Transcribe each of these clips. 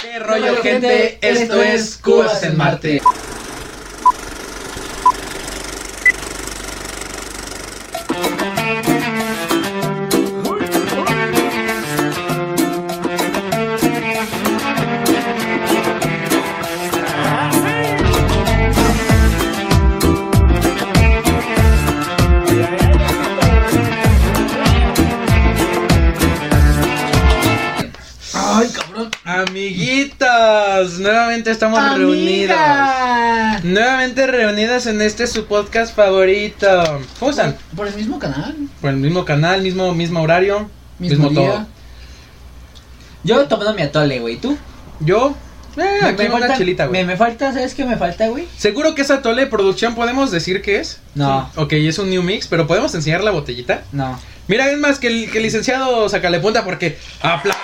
¿Qué rollo, gente? Esto es Cubas en Marte. Ay, cabrón. Amiguitas, nuevamente estamos reunidas. Amigas. Nuevamente reunidas en este su podcast favorito. ¿Cómo están? Por, por el mismo canal. Por el mismo canal, mismo, mismo horario, mismo, Mismo, día. todo. Yo tomando mi atole, güey. ¿Tú? Yo, eh, aquí una falta- chilita, güey. Me, me falta, ¿sabes qué me falta, güey? Seguro que es Atole producción, ¿podemos decir qué es? No. Ok, es un new mix, pero ¿podemos enseñar la botellita? No. Mira, es más que el, que el licenciado sacale punta porque aplausos.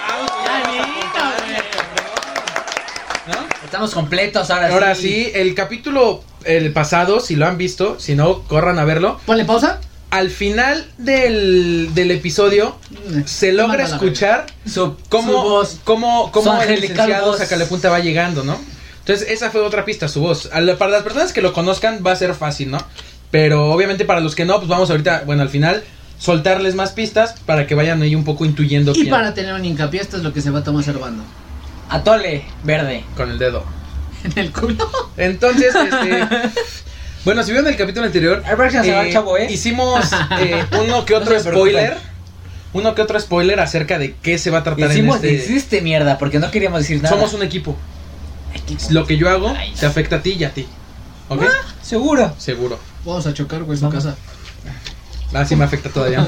¿No? Estamos completos ahora, Ahora sí, el capítulo el pasado, si lo han visto, si no, corran a verlo. Ponle pausa. Al final del, del episodio se logra Mándala, escuchar Su, su cómo, voz. cómo, cómo Su el angelical licenciado voz. Sacalepunta va llegando, ¿no? Entonces, esa fue otra pista, su voz. A la- para las personas que lo conozcan va a ser fácil, ¿no? Pero obviamente para los que no, pues vamos ahorita, bueno, al final, soltarles más pistas para que vayan ahí un poco intuyendo Y quién- para tener un hincapié, esto es lo que se va a tomar Servando. Atole verde. con el dedo. En el culo. Entonces, este, bueno, si vieron el capítulo anterior, Ay, próxima semana, chavo, ¿eh? hicimos eh, uno que No otro se preocupen. spoiler, uno que otro spoiler acerca de qué se va a tratar Hicimos, en este. hiciste mierda, porque no queríamos decir nada. Somos un equipo. Equipo. Lo que yo hago Ay, te afecta a ti y a ti. ¿Ok? Seguro. Seguro. Vamos a chocar, güey, en su Vamos. casa. Ah, sí me afecta todavía.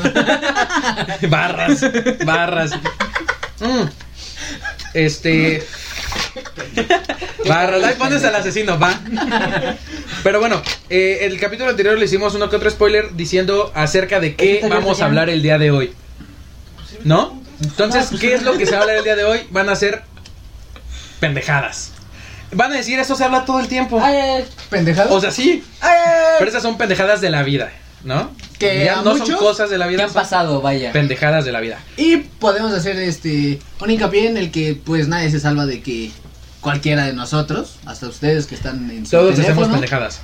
barras, barras. Mm. Este. barras. Ahí pones al asesino, va. Pero bueno, eh, el capítulo anterior le hicimos uno que otro spoiler diciendo acerca de qué Ahorita, vamos ahorita a ya. hablar el día de hoy. ¿No? Entonces, ¿qué es lo que se va a hablar el día de hoy? Van a ser pendejadas. Van a decir, eso se habla todo el tiempo. Ay, ay, Pendejado. O sea, sí, ay, ay. pero esas son pendejadas de la vida, ¿no? Que Ya a no son muchos- cosas de la ¿Qué vida, han son pasado, vaya? pendejadas de la vida. y podemos hacer este un hincapié en el que pues nadie se salva de que cualquiera de nosotros, hasta ustedes que están en su Todos hacemos teléfono, pendejadas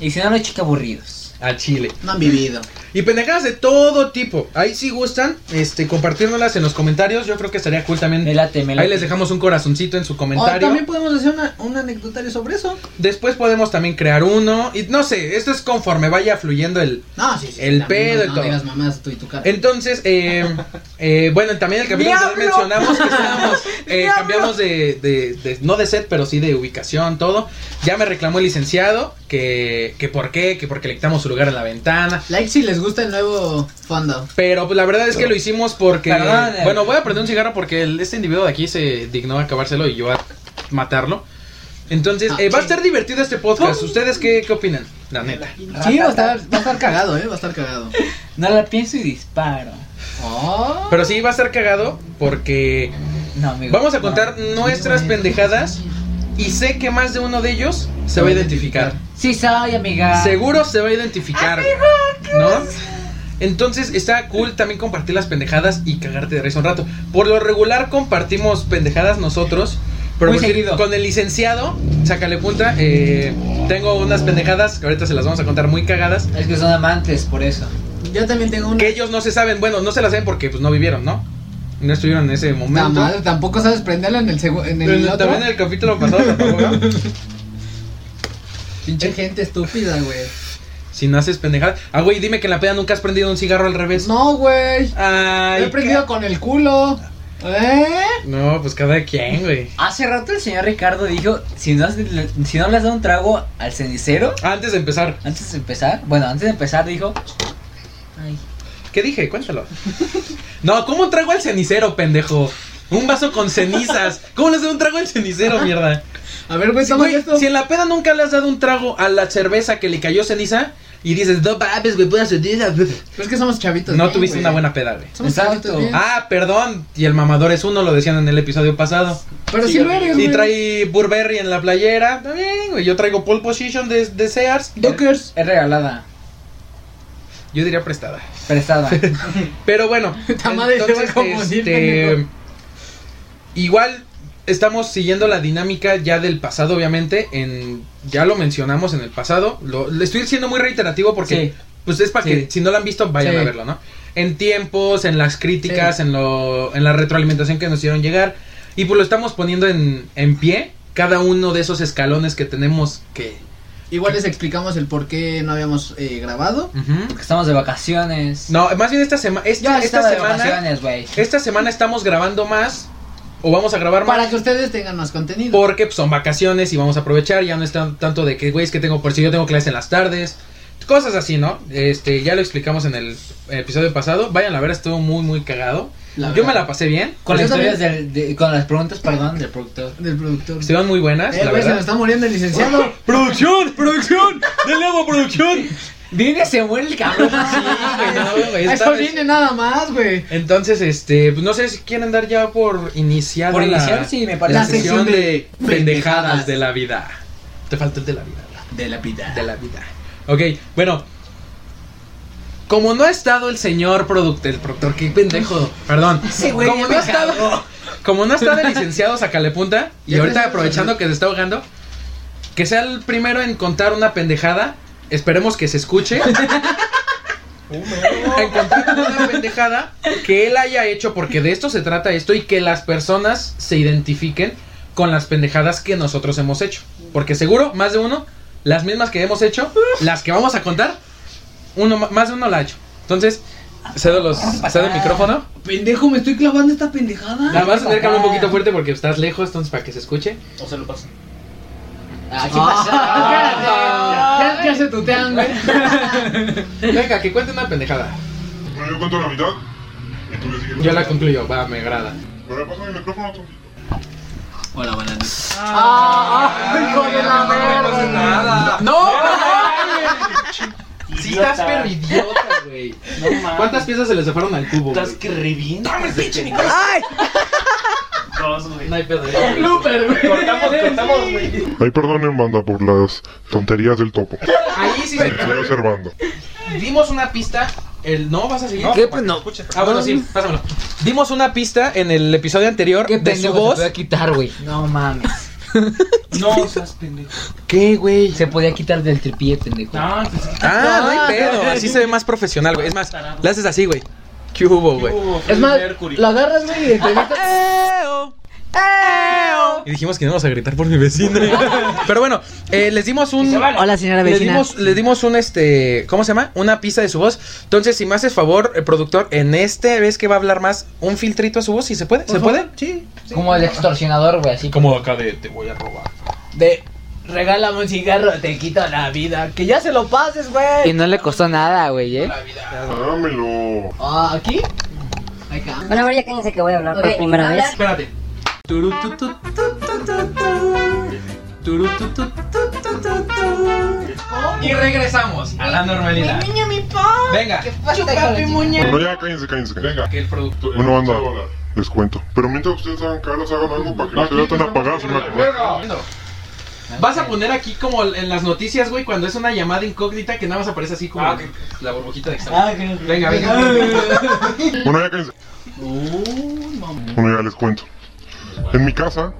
Y si no, no, chica, aburridos. al chile. no han vivido. Y pendejadas de todo tipo. Ahí si gustan, este, compartiéndolas en los comentarios. Yo creo que estaría cool también. Me late, me late. Ahí les dejamos un corazoncito en su O comentario. Oh, también podemos hacer una- un anecdotario sobre eso. Después podemos también crear uno. Y no sé, esto es conforme vaya fluyendo el. No, sí, sí. El también pedo no- y no todo. digas mamás tú y tu cara. Entonces, eh, eh, bueno, también el capítulo anterior ¡Diablo! mencionamos que estábamos, eh, ¡Diablo! cambiamos de, de- de- no de set, pero sí de ubicación, todo. Ya me reclamó el licenciado que, que por qué, que porque le quitamos su lugar en la ventana. Like si les gusta el nuevo fondo. Pero pues la verdad es que lo hicimos porque... Perdón, eh. bueno, voy a prender un cigarro porque el- este individuo de aquí se dignó a acabárselo y yo a matarlo. Entonces, Ah, eh, va a sí. estar divertido este podcast. ¿Ustedes qué, qué opinan? La neta. Sí, va a estar, va a estar cagado, eh, va a estar cagado. No la pienso y disparo. Oh. Pero sí, va a estar cagado porque No, amigo. vamos a contar nuestras Bueno. pendejadas y sé que más de uno de ellos se va a identificar. No. Sí, soy, amiga. Seguro se va a identificar. ¿No? Entonces está cool también compartir las pendejadas y cagarte de risa un rato. Por lo regular compartimos pendejadas nosotros. Pero Muy por decir, seguido. con el licenciado, sácale punta. eh, tengo unas pendejadas que ahorita se las vamos a contar muy cagadas. Es que son amantes, por eso. Yo también tengo una. Que ellos no se saben, bueno, no se las saben porque pues no vivieron, ¿no? No estuvieron en ese Ta momento. madre, tampoco sabes prenderla en el segu- en el Pero otro. también en el capítulo pasado tampoco, ¿no? Pinche gente estúpida, güey. Si no haces pendejadas. Ah, güey, dime que en la peda nunca has prendido un cigarro al revés. No, güey. Ay, Lo he prendido con el culo. ¿Eh? ca- No, pues cada quien, güey. Hace rato el señor Ricardo dijo, si no, has- si no le has dado un trago al cenicero, Antes de empezar, antes de empezar, bueno, antes de empezar dijo, ay, ¿qué dije? Cuéntalo. No, ¿cómo un trago al cenicero, pendejo? Un vaso con cenizas. ¿Cómo le has dado un trago al cenicero, mierda? A ver, güey, Sí, toma güey, esto. si en la peda nunca le has dado un trago a la cerveza que le cayó ceniza y dices, no babes, güey, puedas Pero es que somos chavitos. No bien, tuviste güey. una buena peda, güey. Somos Exacto. chavitos. bien. Ah, perdón. Y el mamador es uno, lo decían en el episodio pasado. Pero sí lo eres, güey. Y trae Burberry en la playera. Está bien, güey. Yo traigo pole position de, de Sears. Dockers. es regalada, Yo diría prestada. prestada. Pero bueno. este, Ta madre, se va a confundir, pendejo. Igual estamos siguiendo la dinámica ya del pasado, obviamente. En, ya lo mencionamos en el pasado. Lo, le estoy siendo muy reiterativo porque Sí. pues es para Sí. que si no lo han visto, vayan Sí. a verlo, ¿no? En tiempos, en las críticas, Sí. en, lo, en la retroalimentación que nos hicieron llegar. Y pues lo estamos poniendo en, en pie. Cada uno de esos escalones que tenemos que... Igual les explicamos el por qué no habíamos eh, grabado. Ujú. Porque estamos de vacaciones. No, más bien esta, semana ya esta, esta estaba de semana... vacaciones, güey. Esta semana estamos grabando más. O vamos a grabar más. Para que ustedes tengan más contenido. Porque pues, son vacaciones y vamos a aprovechar. Ya no es tan- tanto de que, güey, es que tengo por si yo tengo clase en las tardes. Cosas así, ¿no? Este, ya lo explicamos en el episodio pasado. Vayan a ver, estuvo muy, muy cagado. La yo verdad. me la pasé bien. Con, Yo las historias del, de- con las preguntas, perdón, del productor. Del productor. Estuvieron muy buenas, Eh, la güey, se nos verdad. está muriendo el licenciado. ¡Producción! ¡Producción! ¡Del nuevo producción! Viene, se muere el cabrón. güey, no, güey, Eso ¿sabes? viene nada más, güey. Entonces, este, pues, no sé si quieren dar ya por iniciar Por la- iniciar, sí, me parece. la La sección sección de de pendejadas pendejadas. de la vida. Te faltó el de la vida, ¿verdad? De la pita. de la vida. Ok, bueno. Como no ha estado el señor productor, el productor, qué pendejo, perdón. Ese güey como, ya no me ha estado, cagó. como no ha estado el licenciado Sacalepunta, y Ya ahorita presento, aprovechando señor. que se está ahogando, que sea el primero en contar una pendejada, esperemos que se escuche. en contar una pendejada que él haya hecho, porque de esto se trata esto, y que las personas se identifiquen con las pendejadas que nosotros hemos hecho. Porque seguro, más de uno, las mismas que hemos hecho, las que vamos a contar, uno ma- más de uno la ha hecho. Entonces, cedo, los, cedo el micrófono. Pendejo, me estoy clavando esta pendejada. La vas a tener que hablar un poquito fuerte porque estás lejos, entonces para que se escuche. O se lo paso. Ah, ¿qué Ah, pasa? espérate. Ya, ya se tutean, güey. Venga, que cuente una pendejada. Bueno, yo cuento la mitad y tú le sigues. Yo la concluyo, va, me agrada. Pero pásame el micrófono, tontito. Hola, buenas noches. Ah, ah, hijo de la verga. nada. No, Si estás pero idiota, güey. No mames. ¿Cuántas piezas se le zafaron al cubo? Estás güey? que revienta. ¡Dame el pinche ¡Ay! No, güey. No hay pedo. Blooper, güey. Cortamos, cortamos, güey. Ay, perdonen, banda, por las tonterías del topo. Ahí sí se Estoy observando. Dimos una pista. El no vas a seguir. ¿Qué? Pues no. Ah, bueno, sí, pásamelo. Dimos una pista en el episodio anterior de ¿Qué su pendejo se voz. podía quitar, güey? No mames. No seas pendejo. ¿Qué, güey? Se podía quitar del tripié, pendejo. No, Ah, no hay pedo. Así se ve más profesional, güey. Es más, la haces así, güey. ¿Qué hubo, güey? Es más, la la... agarras, güey, y te metes- Y dijimos que no íbamos a gritar por mi vecina. Pero bueno, eh, les dimos un. se vale. Hola, señora Le vecina. dimos, le dimos un este, ¿cómo se llama? Una pista de su voz. Entonces, si me haces favor, eh, productor, en este vez que va a hablar más, un filtrito a su voz, si se puede, ¿se puede? Sí. Como el extorsionador, güey, así. Como acá de te voy a robar. De regálame un cigarro, te quito la vida. Que ya se lo pases, Y güey. no le costó nada, güey, ¿eh? Dámelo. Ah, ¿aquí? Acá. Bueno, ahora ya cállense que voy a hablar por primera vez. Espérate. Y regresamos a la normalidad. Venga. Ah, Bueno, ya cállense, cállense. Venga. Que el productor. Bueno, banda, les cuento. Pero mientras ustedes hagan caras, hagan algo para que no se vea tan apagado. se me acuerda. Vas a poner aquí como en las noticias, güey, cuando es una llamada incógnita que nada más aparece así como Ah, ok. la burbujita de examen. Venga, venga. Bueno, ya cállense. Bueno, ya les cuento. En mi casa,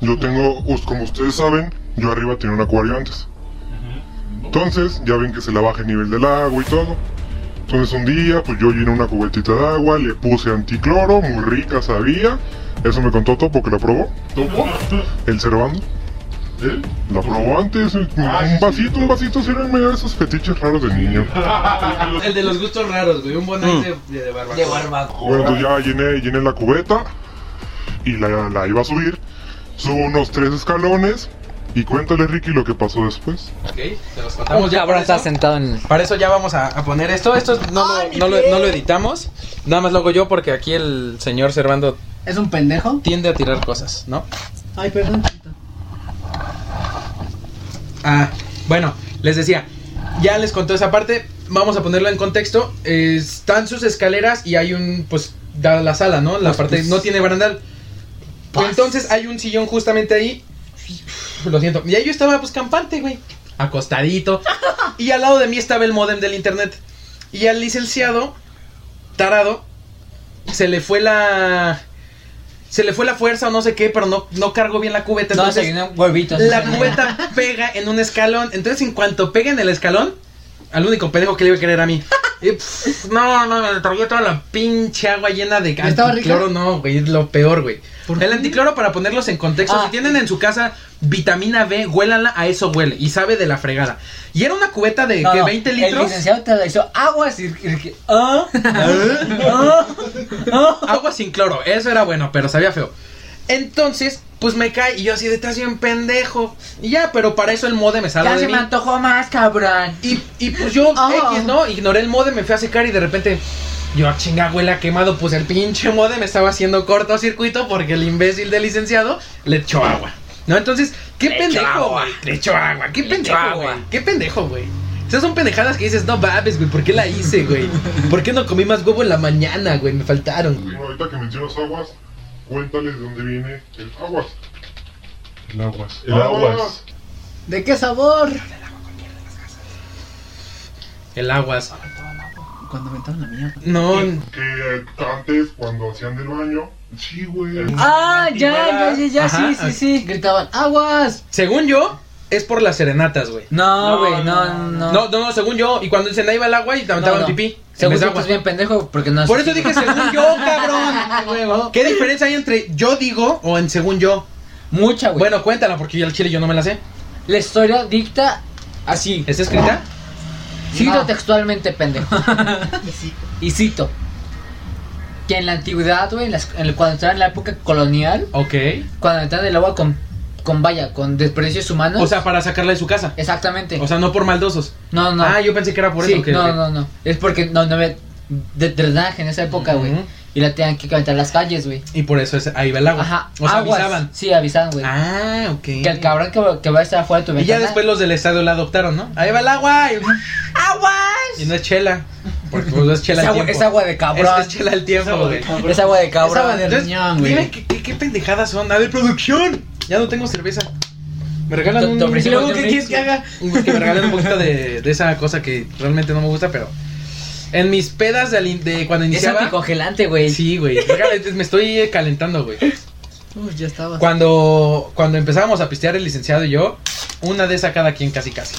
yo tengo, us- como ustedes saben, yo arriba tenía un acuario antes. Entonces, ya ven que se la baja el nivel del agua y todo. Entonces un día, pues yo llené una cubetita de agua, le puse anticloro, muy rica sabía. Eso me contó Topo, que la probó. ¿Topo? El Cervando. ¿Él? La probó antes, un un vasito, un vasito, si eran medio de esos fetiches raros de niño. El de los gustos raros, güey. Un bonite de, de barbacoa. De barbacoa. Bueno, entonces ya llené, llené la cubeta y la, la iba a subir. Subo unos tres escalones y cuéntale, Ricky, lo que pasó después. Ok, se los Un contamos ya. cabrón Para está eso, sentado en el... para eso ya vamos a, a poner esto. Esto no, lo- no lo, no lo editamos. Nada más lo hago yo porque aquí el señor Servando ¿Es un pendejo? tiende a tirar cosas, ¿no? Ay, perdón. Ah, bueno, les decía, ya les contó esa parte, vamos a ponerlo en contexto. eh, están sus escaleras y hay un, pues, da la sala, ¿no? Pues, La parte no tiene barandal. Entonces hay un sillón justamente ahí. Lo siento. Y ahí yo estaba, pues, campante, güey. Acostadito. Y al lado de mí estaba el modem del internet. Y al licenciado, tarado, se le fue la... se le fue la fuerza o no sé qué, pero no, no cargó bien la cubeta. No, se entonces, vienen huevitos. la así. cubeta pega en un escalón. Entonces, en cuanto pega en el escalón, al único pendejo que le iba a querer a mí. Y, pff, no, no, me tragué toda la pinche agua llena de ¿Estaba rica? anticloro. No, güey, es lo peor, güey. ¿Por El qué? anticloro, para ponerlos en contexto, Ah. si tienen en su casa vitamina B, huélanla, a eso huele. Y sabe de la fregada. Y era una cubeta de No, ¿qué, no, 20 El litros. licenciado te la hizo aguas y. y- ah, ah, ah. Agua sin cloro, eso era bueno, pero sabía feo. Entonces, pues me cae y yo así de estás bien pendejo. Y ya, pero para eso el modem me salva Ya de se mí. me antojó más, cabrón. Y, y pues yo, Ah. X, ¿no? Ignoré el modem, me fui a secar y de repente, yo, "Ah, chinga, huele a quemado. Pues el pinche modem me estaba haciendo cortocircuito porque el imbécil del licenciado le echó agua. ¿No? Entonces, qué Le echó pendejo, agua. güey. Le echó agua, qué Le echó pendejo, agua. güey. Qué pendejo, güey. Esas son pendejadas que dices, no babes, güey, ¿por qué la hice, güey? ¿Por qué no comí más huevo en la mañana, güey? Me faltaron, güey. Bueno, ahorita que mencionas aguas, cuéntales de dónde viene el aguas. El aguas. El Ah, aguas. ¿De qué sabor? El aguas. Cuando aventaron la mierda. No, Que eh, antes, cuando hacían del baño, Sí, güey. Ah, ya, ya, ya, ya, Ajá, sí, sí, sí. Gritaban, ¡aguas! según yo, es por las serenatas, güey. No, No, güey, no, no, no. No, no, no, según yo. Y cuando dicen ahí va el agua y te aventaban no. pipí. Según Les tú agua. estás bien pendejo, porque no es- Por eso dije según yo, cabrón. ¡Huevo! ¿Qué diferencia hay entre yo digo o en según yo? Mucha, güey. Bueno, cuéntala porque yo al chile yo no me la sé. la historia dicta así. ¿Está escrita? Cito No. textualmente, pendejo. y cito. Que en la antigüedad, güey, en las- en- cuando estaba en la época colonial, Ok. cuando entraban el agua con, con vaya, con desperdicios humanos. O sea, para sacarla de su casa. exactamente. O sea, no por maldosos. no, no. Ah, yo pensé que era por Sí, eso. que- no, que- no, no. Es porque no, no había de- drenaje en esa época, güey. Ujú. Y la tenían que calentar las calles, güey. Y por eso es, ahí va el agua. Ajá. O sea, aguas. avisaban. Sí, avisaban, güey. Ah, ok. Que el cabrón que, que va a estar afuera de tu Y ventana. ya después los del estadio la adoptaron, ¿no? Ahí va el agua. Y... ¡Aguas! Y no es chela. Porque pues, no es chela es, al agua, tiempo. es agua de cabrón. Es, es chela al tiempo, güey. Es agua de cabrón. Es agua de- Entonces, riñón, güey. dime qué, qué- qué pendejadas son. A ver, producción. Ya no tengo cerveza. Me regalan Te- un... te ofrecimos luego, de ¿Qué un quieres que extra. haga? Pues que me regalen un poquito de, de esa cosa que realmente no me gusta, pero... En mis pedas de, al in- de cuando Es iniciaba... anticongelante, güey. Sí, güey. Regala- Me estoy eh, calentando, güey. Uy, ya estaba. Cuando, cuando empezábamos a pistear el licenciado y yo, una de esa cada quien casi casi.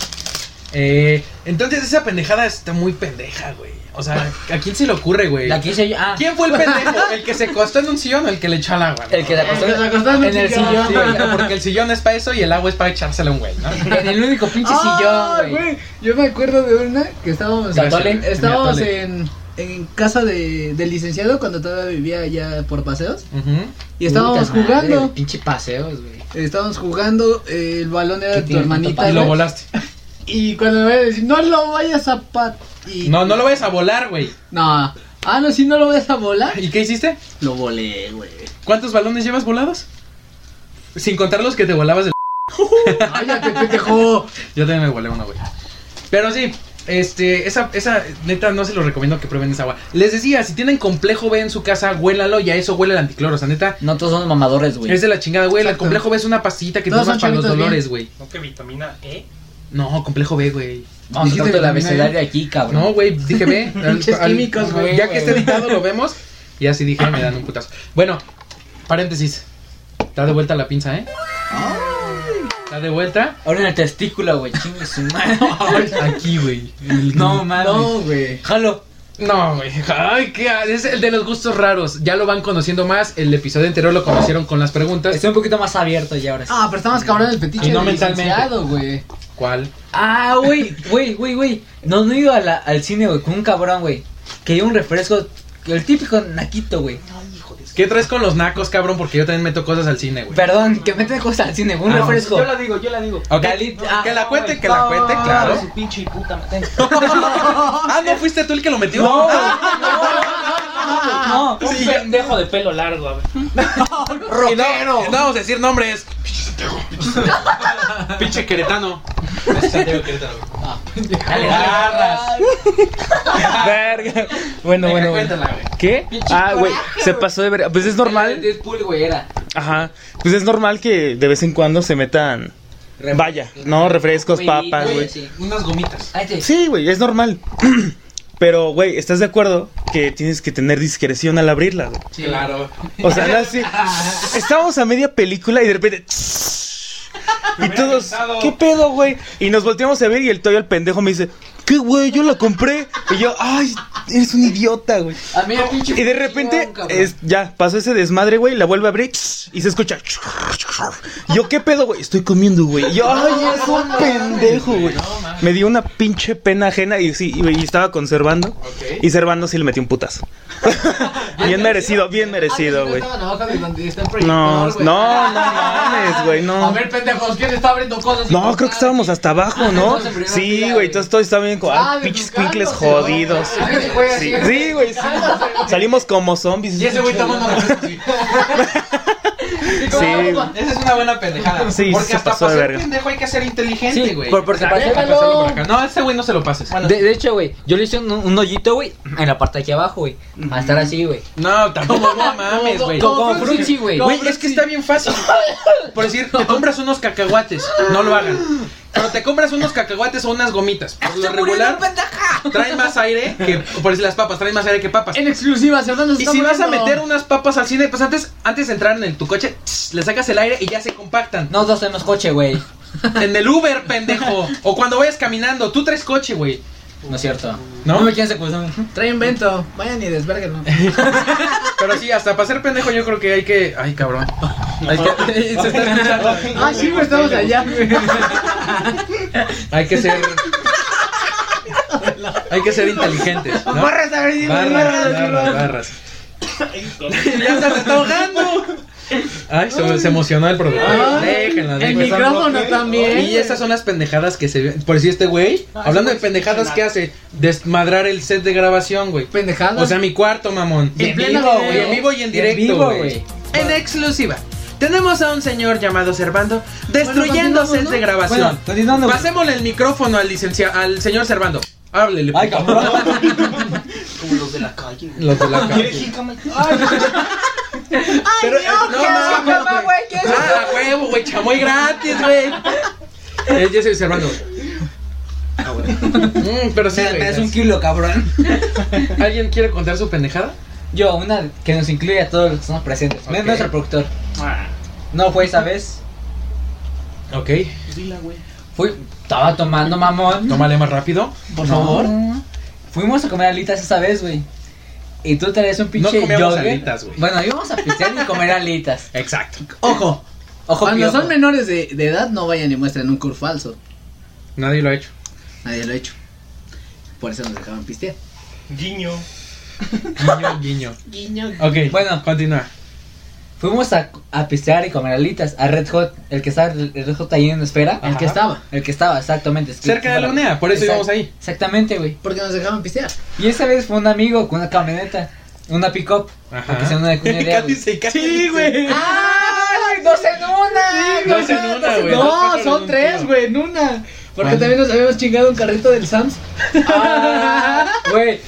Eh, entonces esa pendejada está muy pendeja, güey. O sea, ¿a quién se le ocurre, güey? La que hice yo. Ah, ¿Quién fue el pendejo? ¿El que se acostó en un sillón o el que le echó al agua? no? el que la acostó El que se acostó en en, un el sillón. sillón. Sí, güey. güey, porque el sillón es para eso y el agua es para echársela a un güey, ¿no? En el único pinche Ah, sillón, güey. Yo me acuerdo de una que estábamos, De Atole. en- estábamos De Atole. en, en casa de, del licenciado cuando todavía vivía allá por paseos. Ujú. Y estábamos Puta madre, jugando. güey, Pinche paseos, güey. Estábamos jugando, eh, el balón era ¿Qué de tu tiene tanto hermanita. palo? Y lo güey. volaste. Y cuando me voy a decir, no lo vayas a pat. Y... No, no lo vayas a volar, güey. No. Ah, no, si no lo vayas a volar. ¿Y qué hiciste? Lo volé, güey. ¿Cuántos balones llevas volados? Sin contar los que te volabas del... Cállate, pendejo. Yo también me volé uno, güey. Pero sí, este, esa, esa, neta, no se los recomiendo que prueben esa agua. Les decía, si tienen complejo B en su casa, huélalo y a eso huele el anticloro. O sea, neta, No todos somos mamadores, güey. es de la chingada, güey. El Exacto. complejo B es una pastillita que Todos tomas son para los chavitos dolores, güey. No, que vitamina E. No, complejo B, güey. Vamos a Dijiste tratar el vitamina E. abecedario aquí, cabrón. No, güey, dije B. Pinches químicos, güey. Ya que está editado lo vemos. Y así dije, me dan un putazo. Bueno, paréntesis. Da de vuelta la pinza, ¿eh? Da de vuelta. Ahora en el testículo, güey. Chingue su madre. Aquí, güey. No, mames. No, güey. Jalo. No, güey. Ay, qué. Es el de los gustos raros. Ya lo van conociendo más. El episodio anterior lo conocieron con las preguntas. Este- Estoy un poquito más abierto ya ahora. sí. Ah, pero está más cabrón el petiche Y no del mentalmente. licenciado, güey. ¿Cuál? Ah, güey, güey, güey, güey. No, no he ido a la- al cine, güey, con un cabrón, güey. Que dio un refresco, el típico naquito, güey. ¿Qué traes con los nacos, cabrón? Porque yo también meto cosas al cine, güey. Perdón, que meten cosas al cine, un Ah, refresco. Yo la digo, yo la digo. Ok, Dalit- no, ah, que la no, cuente, güey. que la cuente, claro. Su pinche puta madre. Ah, ¿no fuiste tú el que lo metió? No, güey, Ah, no, no, Un pendejo de pelo largo, a ver. y no, no vamos a decir nombres. Pinche queretano. Dale, dale. Verga. Bueno, bueno, bueno. ¿Qué? Ah, güey, se pasó de verga. Pues es normal. Deadpool, güey, era. Ajá. Pues es normal que de vez en cuando se metan. Vaya, no, refrescos, Güey, papas, güey, güey. sí. Unas gomitas. Ahí te- Sí, güey, es normal. Pero, güey, ¿estás de acuerdo que tienes que tener discreción al abrirla, güey? Claro. O sea, no así. Estábamos a media película y de repente. Y todos, avisado. ¿qué pedo, güey? Y nos volteamos a ver y el Toyo, el pendejo, me dice, ¿qué, güey? Yo la compré. Y yo, ¡ay! Eres un idiota, güey. A mí, a pinche. Y de repente, cabrón, cabrón. es, ya, pasó ese desmadre, güey, la vuelve a abrir y se escucha. Yo, ¿qué pedo, güey? Estoy comiendo, güey. Y Yo, ay, es un pendejo, güey. Me dio una pinche pena ajena y sí, y, y estaba conservando. Y Servando sí le metió un putazo. bien merecido, bien merecido, Ah, güey. estaban abajo de donde está el No, proyector, no, güey. no mames, güey, A no. ver, pendejos, ¿quién está abriendo cosas? sin No, creo que cortar? estábamos hasta abajo, ¿no? Sí, güey, entonces todos estaban bien con ah, Ah, pinches de cuicles tus gatos, jodidos. güey. Sí, güey, Sí, así. sí, güey, sí. Salimos como zombies. Y ese güey tomando refresco, sí. Sí, güey. Esa es una buena pendejada. Sí, porque se hasta pasó para de ser verga. pendejo hay que ser Sí, inteligente, güey. por- porque O sea, para- déjalo déjalo. por acá. No, a ese güey no se lo pases. De, de hecho, güey, yo le hice un, un hoyito, güey, en la parte de aquí abajo, güey. A estar así, güey. No, tampoco no mames, güey. Como, como Fruitsy, güey. Güey, es que está bien fácil. Por decir, te compras unos cacahuates, no lo hagan. Pero te compras unos cacahuates o unas gomitas. Por lo regular, traen más aire que. Por decir, las papas, traen más aire que papas. En exclusiva, Fernando Y si vas a meter unas papas al cine, pues antes, antes de entrar en el- tu coche, tss, le sacas el aire y ya se compactan. No, dos tenemos coche, güey. En el Uber, pendejo. O cuando vayas caminando, tú traes coche, güey. No es cierto. ¿No? me quieres secuestrar. Trae invento. Vayan y desverguenlo. Pero sí, hasta para ser pendejo, yo creo que hay que. Ay, cabrón. Hay que, se está escuchando. Ah, sí, güey, estamos allá. Hay que ser. Hay que ser inteligentes. ¿no? Barras, barras, barras, ya hasta se está ahogando. Ay, se, se emocionó el programa. Déjenla, Ah, El déjenla. micrófono también. Pues, Y esas son las pendejadas que se ven. Por si este güey, hablando de pendejadas, ¿qué hace? Desmadrar el set de grabación, güey. pendejadas. O sea, mi cuarto, mamón. En pleno video. güey. En vivo y en directo, vivo, güey. güey. En exclusiva. Tenemos a un señor llamado Servando destruyendo continuamos, sets de ¿no? grabación. Bueno, continuando, güey. Pasémosle el micrófono al licencia al señor Servando. Háblele. Ay, puto. cabrón. Como los de la calle. güey. Los de la cama. ¿Quieres jícama? Ay, Pero, eh, no mames, güey. Ah, huevo, güey, chamoy gratis, güey. Eh, Yo soy Servando. Mm, pero sí, güey. Es un kilo, cabrón. ¿Alguien quiere contar su pendejada? Yo, una que nos incluye a todos los que estamos presentes. Ok. Menos al productor. Ah, No fue esa vez. Ok. dila, güey. Fui, estaba tomando mamón. Tómale más rápido. por favor. Fuimos a comer alitas esa vez, güey. Y tú traes un pinche comíamos yogurt. alitas, güey. Bueno, íbamos a pistear y comer alitas. Exacto. ojo. Ojo, Cuando piojo. son menores de, de edad, no vayan y muestren un cur falso. Nadie lo ha hecho. Nadie lo ha hecho. Por eso nos dejaban pistear. Guiño. Guiño, guiño. Guiño. Ok, Bueno. continúa. Fuimos a, a pistear y comer alitas a Red Hot, el que estaba el Red Hot ahí en espera. El que estaba. El que estaba, exactamente. es que- Cerca de la UNEA, por eso Exact- íbamos ahí. Exactamente, güey. Porque nos dejaban pistear. Y esa vez fue un amigo con una camioneta, una pick-up. Ajá. Porque se una, una idea, güey. Sí, güey. ¡Ay, dos en una! Sí, dos en una, güey. dos. No, No, son tres, güey, en una. Porque también nos habíamos chingado un carrito del Sams. Ah. Güey,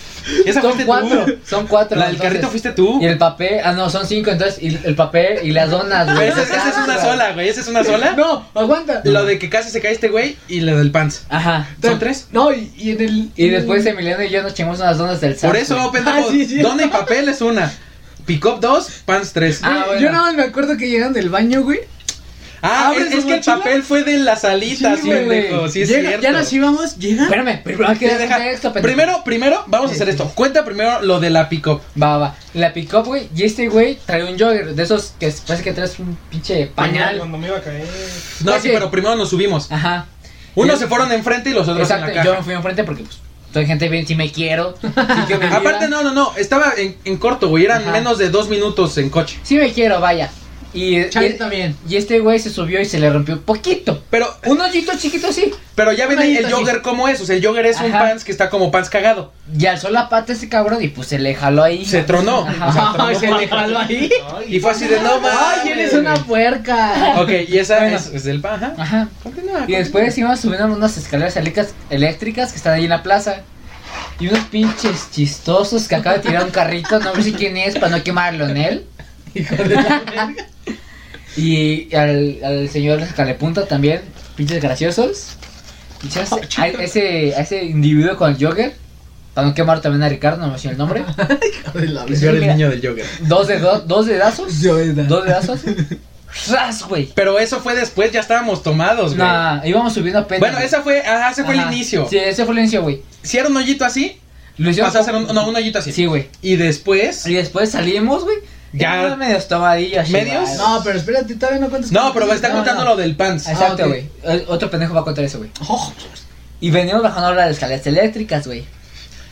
Esa son fuiste cuatro. tú. Son cuatro. La del entonces. carrito fuiste tú. Y el papel, ah no, son cinco, entonces, y el papel y las donas, Pero güey. Ah, Esa esa es una sola, güey. Esa es una sola. No, aguanta. Lo de que casi se cae este güey y la del pants. Ajá. Son tres. No, y, y en el. Y después Emiliano y yo nos chingamos unas donas del Sam's, Por eso, güey. pendejo. Ah, sí, sí. Dona y papel es una. Pick up dos, pants tres. Ah, bueno. Yo nada más me acuerdo que llegan del baño, güey. Ah, ¿abres es, es su que el mochila? papel fue de las alitas, Sí, güey. pendejo. Sí, es Llega- cierto. Ya nos íbamos, llegan. Espérame, primero hay Ah, que Sí, dar deja- contexto, pendejo. Primero, primero, vamos a hacer esto. Cuenta primero lo de la pick up. Va, va, va. La picó, güey, y este güey trae un jogger de esos que parece que traes un pinche pañal. Cuando me iba a caer. No, Pues sí, sí. pero primero nos subimos. Ajá. Unos Y- se fueron enfrente y los otros en Exacto, la caja. yo me fui enfrente porque, pues, soy gente bien, si me quiero. sí que me Aparte, vieran. no, no, no, estaba en, en corto, güey, eran Ajá. menos de dos minutos en coche. Sí me quiero, vaya. Y, Charlie y, también. y este güey se subió y se le rompió poquito. Pero, Un hoyito chiquito, sí. pero ya ven el Manito, jogger como es, o sea, el jogger es un Ajá. pants que está como pants cagado. Y alzó la pata ese cabrón y pues se le jaló ahí. Se tronó. Ajá. O sea, tronó. Ay, se le jaló ahí. Y fue así de no Ay, mames. eres una puerca. Ok, y esa Bueno. es, es del pan, ajá. Ajá. Continúa. Y después íbamos subiendo unas escaleras eléctricas, eléctricas que están ahí en la plaza. Y unos pinches chistosos que acaba de tirar un carrito, no sé quién es, para no quemarlo en él. y al, al señor Calepunta también, Oh, pinches graciosos. Y se hace- a ese, a ese individuo con el jogger. Para no quemar también a Ricardo, no me sé el nombre. de la Yo era el mira. niño del yoga. Dos, de dos dedazos. Yo era. Dos dedazos. ¡Ras, güey! Pero eso fue después, ya estábamos tomados, güey. Nah, íbamos subiendo apenas. Bueno, güey. esa fue, ajá, ese fue Ajá. el inicio. Sí, ese fue el inicio, güey. Si era un hoyito así, Lo hicieron. pasó a ser un, no, un hoyito así. Sí, güey. Y después, Y después salimos, güey. Ya. Ya. medio tomadillas. ¿Medios? chivados. No, pero espérate, todavía no cuentas. no, pero está No, contando no. lo del pants. Ah, Exacto, Ah, ok. güey. O- Otro pendejo va a contar eso, güey. Oh, Y venimos bajando ahora las escaleras eléctricas, güey.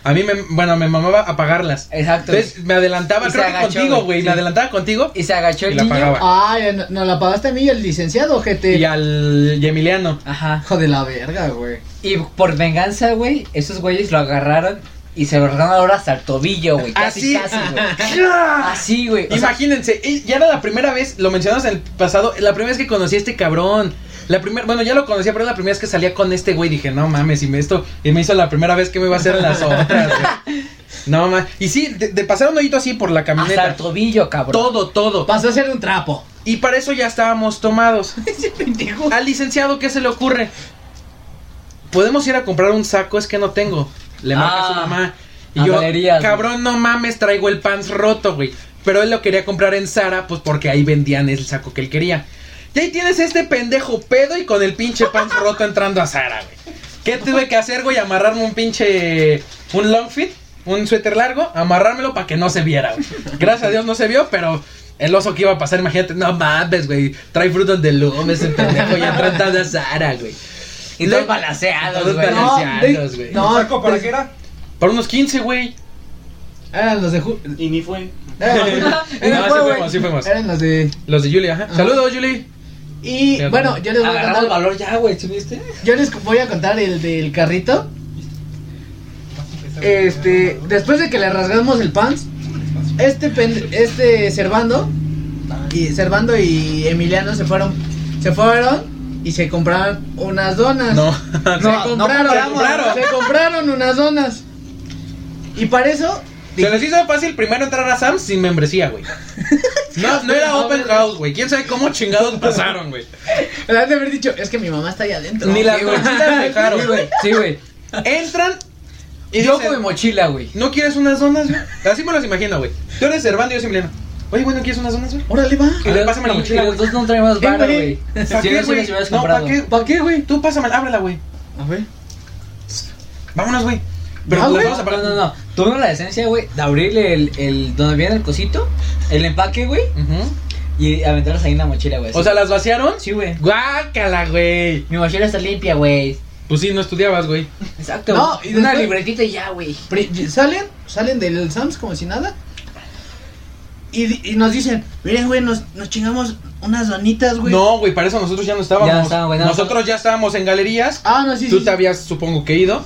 A mí me, bueno, me mamaba apagarlas. Exacto. Entonces me adelantaba, Y se creo que agachó, contigo, güey. güey. Sí. Me adelantaba contigo güey. y se agachó el y la niño. apagaba. Ay, no, no la pagaste a mí y al licenciado, GT. Y al y Emiliano. Ajá. Hijo de la verga, güey. Y por venganza, güey, esos güeyes lo agarraron y se lo agarraron ahora hasta el tobillo, güey. Casi, Así. casi, güey. Así, güey. O sea, Imagínense, y ya era la primera vez, lo mencionamos en el pasado, la primera vez que conocí a este cabrón. La primera, bueno, ya lo conocía, pero era la primera vez que salía con este güey. Dije, no mames, si me esto, y me hizo la primera vez que me iba a hacer las otras, güey. No mames. Y sí, de, de pasar un hoyito así por la hasta el camioneta. tobillo, cabrón. Todo, todo. Pasó a ser un trapo. Y para eso ya estábamos tomados. Al licenciado, ¿qué se le ocurre? Podemos ir a comprar un saco, es que no tengo. Le marca Ah, a su mamá. a Y yo, galerías, güey. cabrón, no mames, traigo el pants roto, güey. Pero él lo quería comprar en Sara, pues porque ahí vendían el saco que él quería. Y ahí tienes este pendejo pedo y con el pinche pants roto entrando a Sara, güey. ¿Qué tuve que hacer, güey? Amarrarme un pinche. un long fit, un suéter largo, amarrármelo para que no se viera, güey. Gracias a Dios no se vio, pero el oso que iba a pasar, imagínate, no mames, güey. Trae frutos de loom ese pendejo ya entró entrando a Sara, güey. Y todos balaseados, Todos güey. balaseados. de- güey. no, pues, ¿Saco para qué era? Por unos 15, güey. Eran los de. Ju- Y ni fue. Eran, No, sí fuimos, sí fuimos. eran los de. Los de Julia, ajá. Saludos, Julie. Y Pero- bueno, yo les voy a Agarrado el contar. valor ya, güey, ¿subiste? Yo les voy a contar el del carrito. Este, después de que le rasgamos el pants, este pen- este Servando y Servando y Emiliano se fueron se fueron y se compraron unas donas. No, se compraron, se compraron. se compraron unas donas. Y para eso Se les hizo fácil primero entrar a Sam sin membresía, güey. No, no era open house, güey. ¿Quién sabe cómo chingados pasaron, güey? le han de haber dicho, es que mi mamá está allá adentro. Ni las Sí, güey. mochilas dejaron, Sí, güey. güey. Sí, güey. Entran y Yo dicen, con mi mochila, güey. ¿no quieres unas donas, güey? Así me las imagino, güey. Tú eres Servando y yo soy Emiliano. Oye, güey, ¿no quieres unas donas, güey? Órale va. Y le pásame la Y- mochila, y los güey. dos no traemos Eh, vara, güey. güey. ¿Para Si qué, no, si güey? las hubieras No, comprado. ¿para qué, ¿para qué, güey? Tú pásamela, ábrela, güey. A ver. Vámonos, güey. Pero Ah, las güey. vamos a No, pagar. no, no. Tuvimos la decencia, güey, de abrirle el, el. donde viene el cosito, el empaque, güey, Ujú. y aventarlos ahí en la mochila, güey. O sea, ¿las vaciaron? sí, güey. Guácala, güey. Mi mochila está limpia, güey. Pues sí, no estudiabas, güey. Exacto. No, y una después- libretita y ya, güey. Pri- Salen, salen del Sams como si nada. Y, di- y nos dicen, miren, güey, nos, nos chingamos unas donitas, güey. No, güey, para eso nosotros ya no estábamos. Ya estábamos, güey, no, nosotros ya estábamos en galerías. Ah, no, sí, Tú sí. te habías, supongo que ido.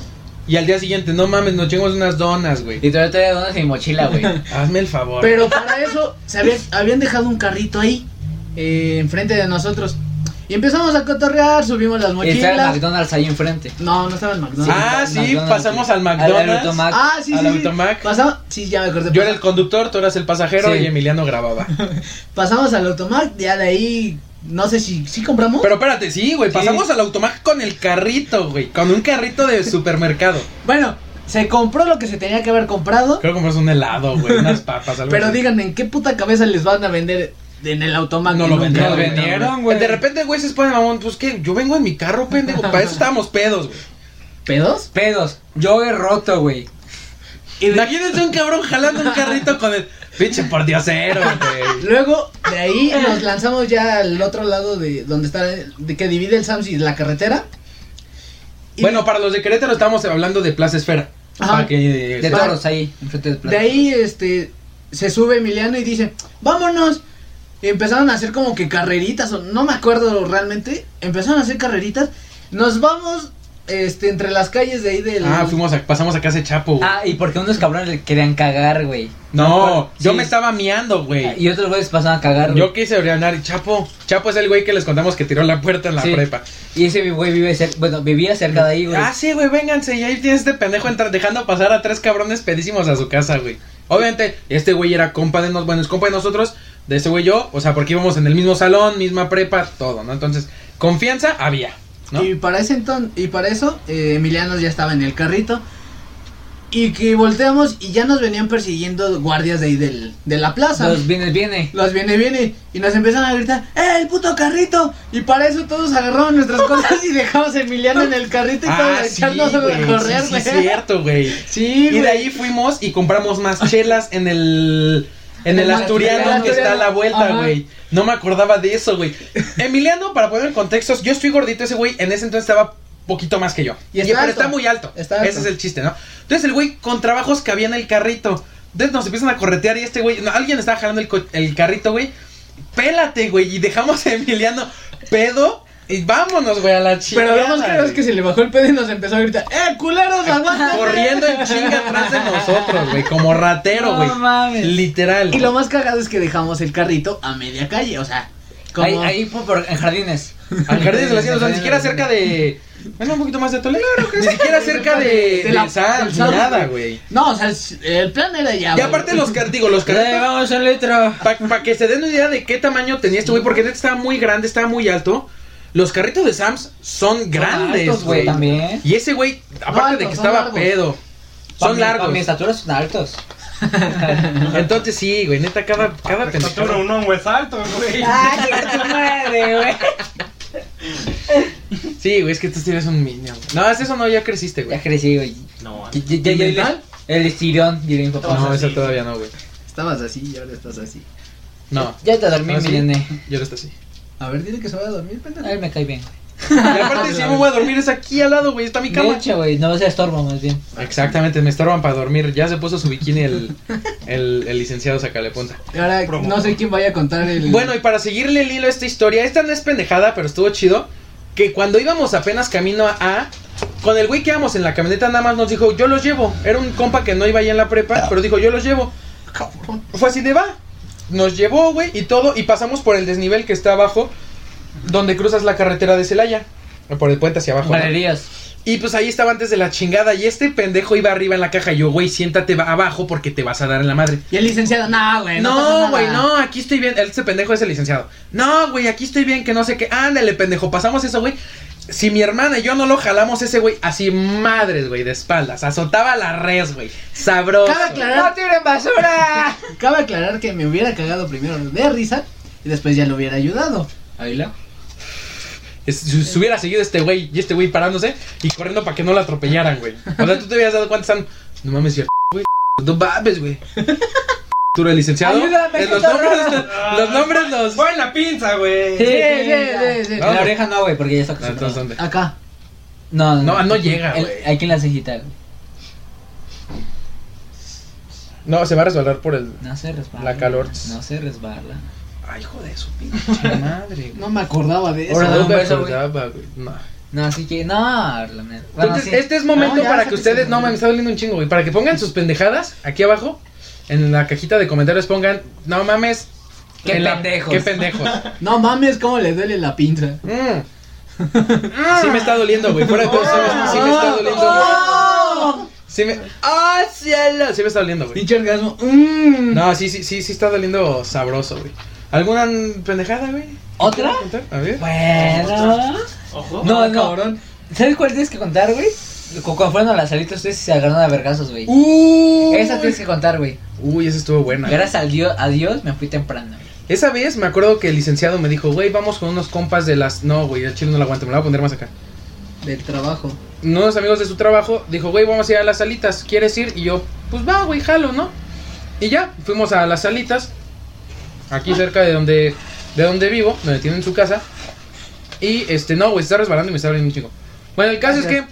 Y al día siguiente, no mames, nos chingamos unas donas, güey. Y todavía traía donas en mi mochila, güey. Hazme el favor. Pero para eso, se habían, habían dejado un carrito ahí, eh, enfrente de nosotros. Y empezamos a cotorrear, subimos las Y estaba el mochilas. McDonald's ahí enfrente. No, no estaba el McDonald's. ah, el sí, McDonald's, pasamos al güey. Al McDonald's. Automac. Ah, sí, al sí. sí. Automac. Pasamos, sí, ya me acordé. Yo era el conductor, tú eras el pasajero Sí. y Emiliano grababa. Pasamos al Automac, ya de ahí, no sé si, ¿sí compramos. Pero espérate, sí, güey, pasamos al automac con el carrito, güey. Con un carrito de supermercado. Bueno, se compró lo que se tenía que haber comprado. Creo que compras un helado, güey, unas papas, algo Pero así. díganme, ¿en qué puta cabeza les van a vender en el automac? No lo Nunca, vendieron. güey. vendieron, güey. De repente, güey, se pone mamón. Pues que yo vengo en mi carro, pendejo. Para eso estábamos pedos, güey. ¿Pedos? Pedos. Yo he roto, güey. Imagínense un cabrón jalando un carrito con el pinche por diosero, güey. Luego, de ahí nos lanzamos ya al otro lado de donde está, de que divide el Sams y la carretera. Y Bueno, para los de Querétaro estamos hablando de Plaza Esfera. Ajá. Para que, De toros ahí, enfrente del plato. de ahí, este, se sube Emiliano y dice, vámonos. Y empezaron a hacer como que carreritas, o no me acuerdo realmente, empezaron a hacer carreritas. Nos vamos, este, entre las calles de ahí del... Ah, fuimos a, pasamos a casa de Chapo, güey. Ah, y porque unos cabrones le querían cagar, güey. no, yo Sí. me estaba miando, güey. Ah, Y otros güeyes pasaban a cagar, güey. Yo quise orinar y Chapo. Chapo es el güey que les contamos que tiró la puerta en la Sí. prepa. Y ese güey vive cer- bueno, vivía cerca de ahí, güey. Ah, sí, güey, vénganse. Y ahí tienes este pendejo entra- dejando pasar a tres cabrones pedísimos a su casa, güey. Obviamente, este güey era compa de nosotros, bueno, es compa de nosotros, de ese güey yo, o sea, porque íbamos en el mismo salón, misma prepa, todo, ¿no? Entonces, confianza había, ¿no? Y para ese entonces, y para eso, eh, Emiliano ya estaba en el carrito. Y que volteamos y ya nos venían persiguiendo guardias de ahí del, de la plaza. Los vienes, viene. Los viene, viene. Y nos empiezan a gritar, ¡eh, el puto carrito! Y para eso todos agarraron nuestras cosas y dejamos a Emiliano en el carrito y todos Ah, a sí, echarnos güey, a correr, sí, sí, güey. cierto, güey. Sí, Y de güey. ahí fuimos y compramos más chelas en el. En el En el asturiano Asturiano. que está a la vuelta, Ajá. güey. No me acordaba de eso, güey. Emiliano, para poner en contexto, yo estoy gordito, ese güey en ese entonces estaba poquito más que yo. Y está pero alto. está muy alto. Está alto. Ese es el chiste, ¿no? Entonces el güey con trabajos que había en el carrito. Entonces nos empiezan a corretear y este güey, no, alguien estaba jalando el, co- el carrito, güey. Pélate, güey, y dejamos a Emiliano pedo y vámonos, güey, a la chingada. Pero lo más claro es güey que se le bajó el pedo y nos empezó a gritar, ¡eh, culeros, aguanta! corriendo en chinga atrás de nosotros, güey, como ratero, No güey. mames. Literal. Y lo más cagado es que dejamos el carrito a media calle, o sea, como... Ahí, ahí por, por- en jardines. Al jardín de la hacienda, o sea, ni siquiera cerca de. Bueno, un poquito más de Toledo. Ni siquiera cerca de. De la- de Sanz, ni del Sanz, nada, güey. güey. No, o sea, el- el plan era ya. Y güey. aparte los car- digo, los Ya carritos. vamos al litro. Para que se den una idea de qué tamaño tenía este güey, porque neta estaba muy grande, estaba muy alto. Los carritos de Sams son grandes, altos, güey, güey. también. Y ese güey, aparte de altos, que son estaba largos. pedo, Pa' son mi- largos. pa' mi estatura son altos. Entonces sí, güey, neta, cada, cada pendejada. Todo uno, güey, salto, güey. Ah, Ay, tu madre, güey. Sí, güey, es que tú sí eres un minion. güey. No, es eso no, ya creciste, güey. Ya crecí, güey. No, Ya- ya- ya- ya- ¿Mental? El estirón, diría mi papá. No, así. eso todavía no, güey. Estabas así y ahora estás así. No, Ya te dormí, Ah, mi sí. nene. yo no estoy así. A ver, dile que se vaya a dormir, pendejo. Ay, me cae bien. Y aparte, si yo me voy a dormir, es aquí al lado, güey. Está mi De cama. hecho, güey, no se estorbo más bien. Exactamente, me estorban para dormir. Ya se puso su bikini el, el, el licenciado Sacaleponza. Y ahora Promo. no sé quién vaya a contar el. Bueno, y para seguirle el hilo a esta historia, esta no es pendejada, pero estuvo chido. Que cuando íbamos apenas camino a. Con el güey que íbamos en la camioneta, nada más nos dijo, yo los llevo. Era un compa que no iba ya en la prepa, pero dijo, yo los llevo. Fue así de va. Nos llevó, güey, y todo. Y pasamos por el desnivel que está abajo, donde cruzas la carretera de Celaya. Por el puente hacia abajo. ¿no? Galerías. Y pues ahí estaba antes de la chingada. Y este pendejo iba arriba en la caja. Y yo, güey, siéntate ba- abajo porque te vas a dar en la madre. Y el licenciado, Eh, no, güey. pasa No, nada. güey, no, aquí estoy bien. Este pendejo es el licenciado. No, güey, aquí estoy bien, que no sé qué. Ándale, pendejo, pasamos eso, güey. Si mi hermana y yo no lo jalamos, ese güey, así madres, güey, de espaldas. Azotaba la res, güey. Sabroso. Cabe aclarar, tiren basura! cabe aclarar que me hubiera cagado primero de risa y después ya lo hubiera ayudado. Ahí la. Es- Si si hubiera seguido este güey y este güey parándose y corriendo para que no lo atropellaran, güey. O sea, tú te hubieras dado cuenta, están. No mames, ya, güey. No mames, güey. Tú eres licenciado. Ayúdame, Ah. Eh, los, está nombres, raro. los nombres los. Fue en la pinza, güey. Sí, sí, sí, sí, sí. En Vamos. la oreja no, güey, porque ya está No, entonces, acostumbrado. ¿dónde? Acá. No, No, no llega, El- güey. Hay quien las digital. No, se va a resbalar por el. No se resbala. La calor. No se resbala. Ay, hijo de su pinche madre, güey. No me acordaba de eso. Ahora No dame un me beso, güey. acordaba, güey. No. No, así que, no, la neta. Bueno, Entonces, sí. este es momento No, ya, para ya que te ustedes. sé. No, me está doliendo un chingo, güey. Para que pongan sus pendejadas aquí abajo. En la cajita de comentarios pongan. No mames. Qué en la- pendejos. Qué pendejos. No mames, cómo le duele la pinza. Mm. Ah. Sí me está doliendo, güey. Fuera de todo, sí Ah, me, sí me está doliendo, güey. Sí me... ¡Ah, cielo! Sí me está doliendo, güey. Pinche orgasmo. Mm. No, sí, sí, sí, sí está doliendo sabroso, güey. ¿Alguna pendejada, güey? ¿Otra? A ver. Bueno. Ojo. No, Ah, no. cabrón. ¿Sabes cuál tienes que contar, güey? Cu- Cuando fueron a las salitas ustedes se agarraron a vergazos, güey. Uy. Esa tienes que contar, güey. Uy, esa estuvo buena. Gracias a Dios, a Dios me fui temprano, güey. Esa vez me acuerdo que el licenciado me dijo, güey, vamos con unos compas de las... No, güey, el chile no lo aguanto, me lo voy a poner más acá. Del trabajo. unos amigos de su trabajo, dijo, güey, vamos a ir a las salitas, ¿quieres ir? Y yo, pues va, güey, jalo, ¿no? Y ya, fuimos a las salitas, aquí cerca de donde, de donde vivo, donde tienen su casa. Y este, no, güey, se está resbalando y me está abriendo un chico. Bueno, el caso es que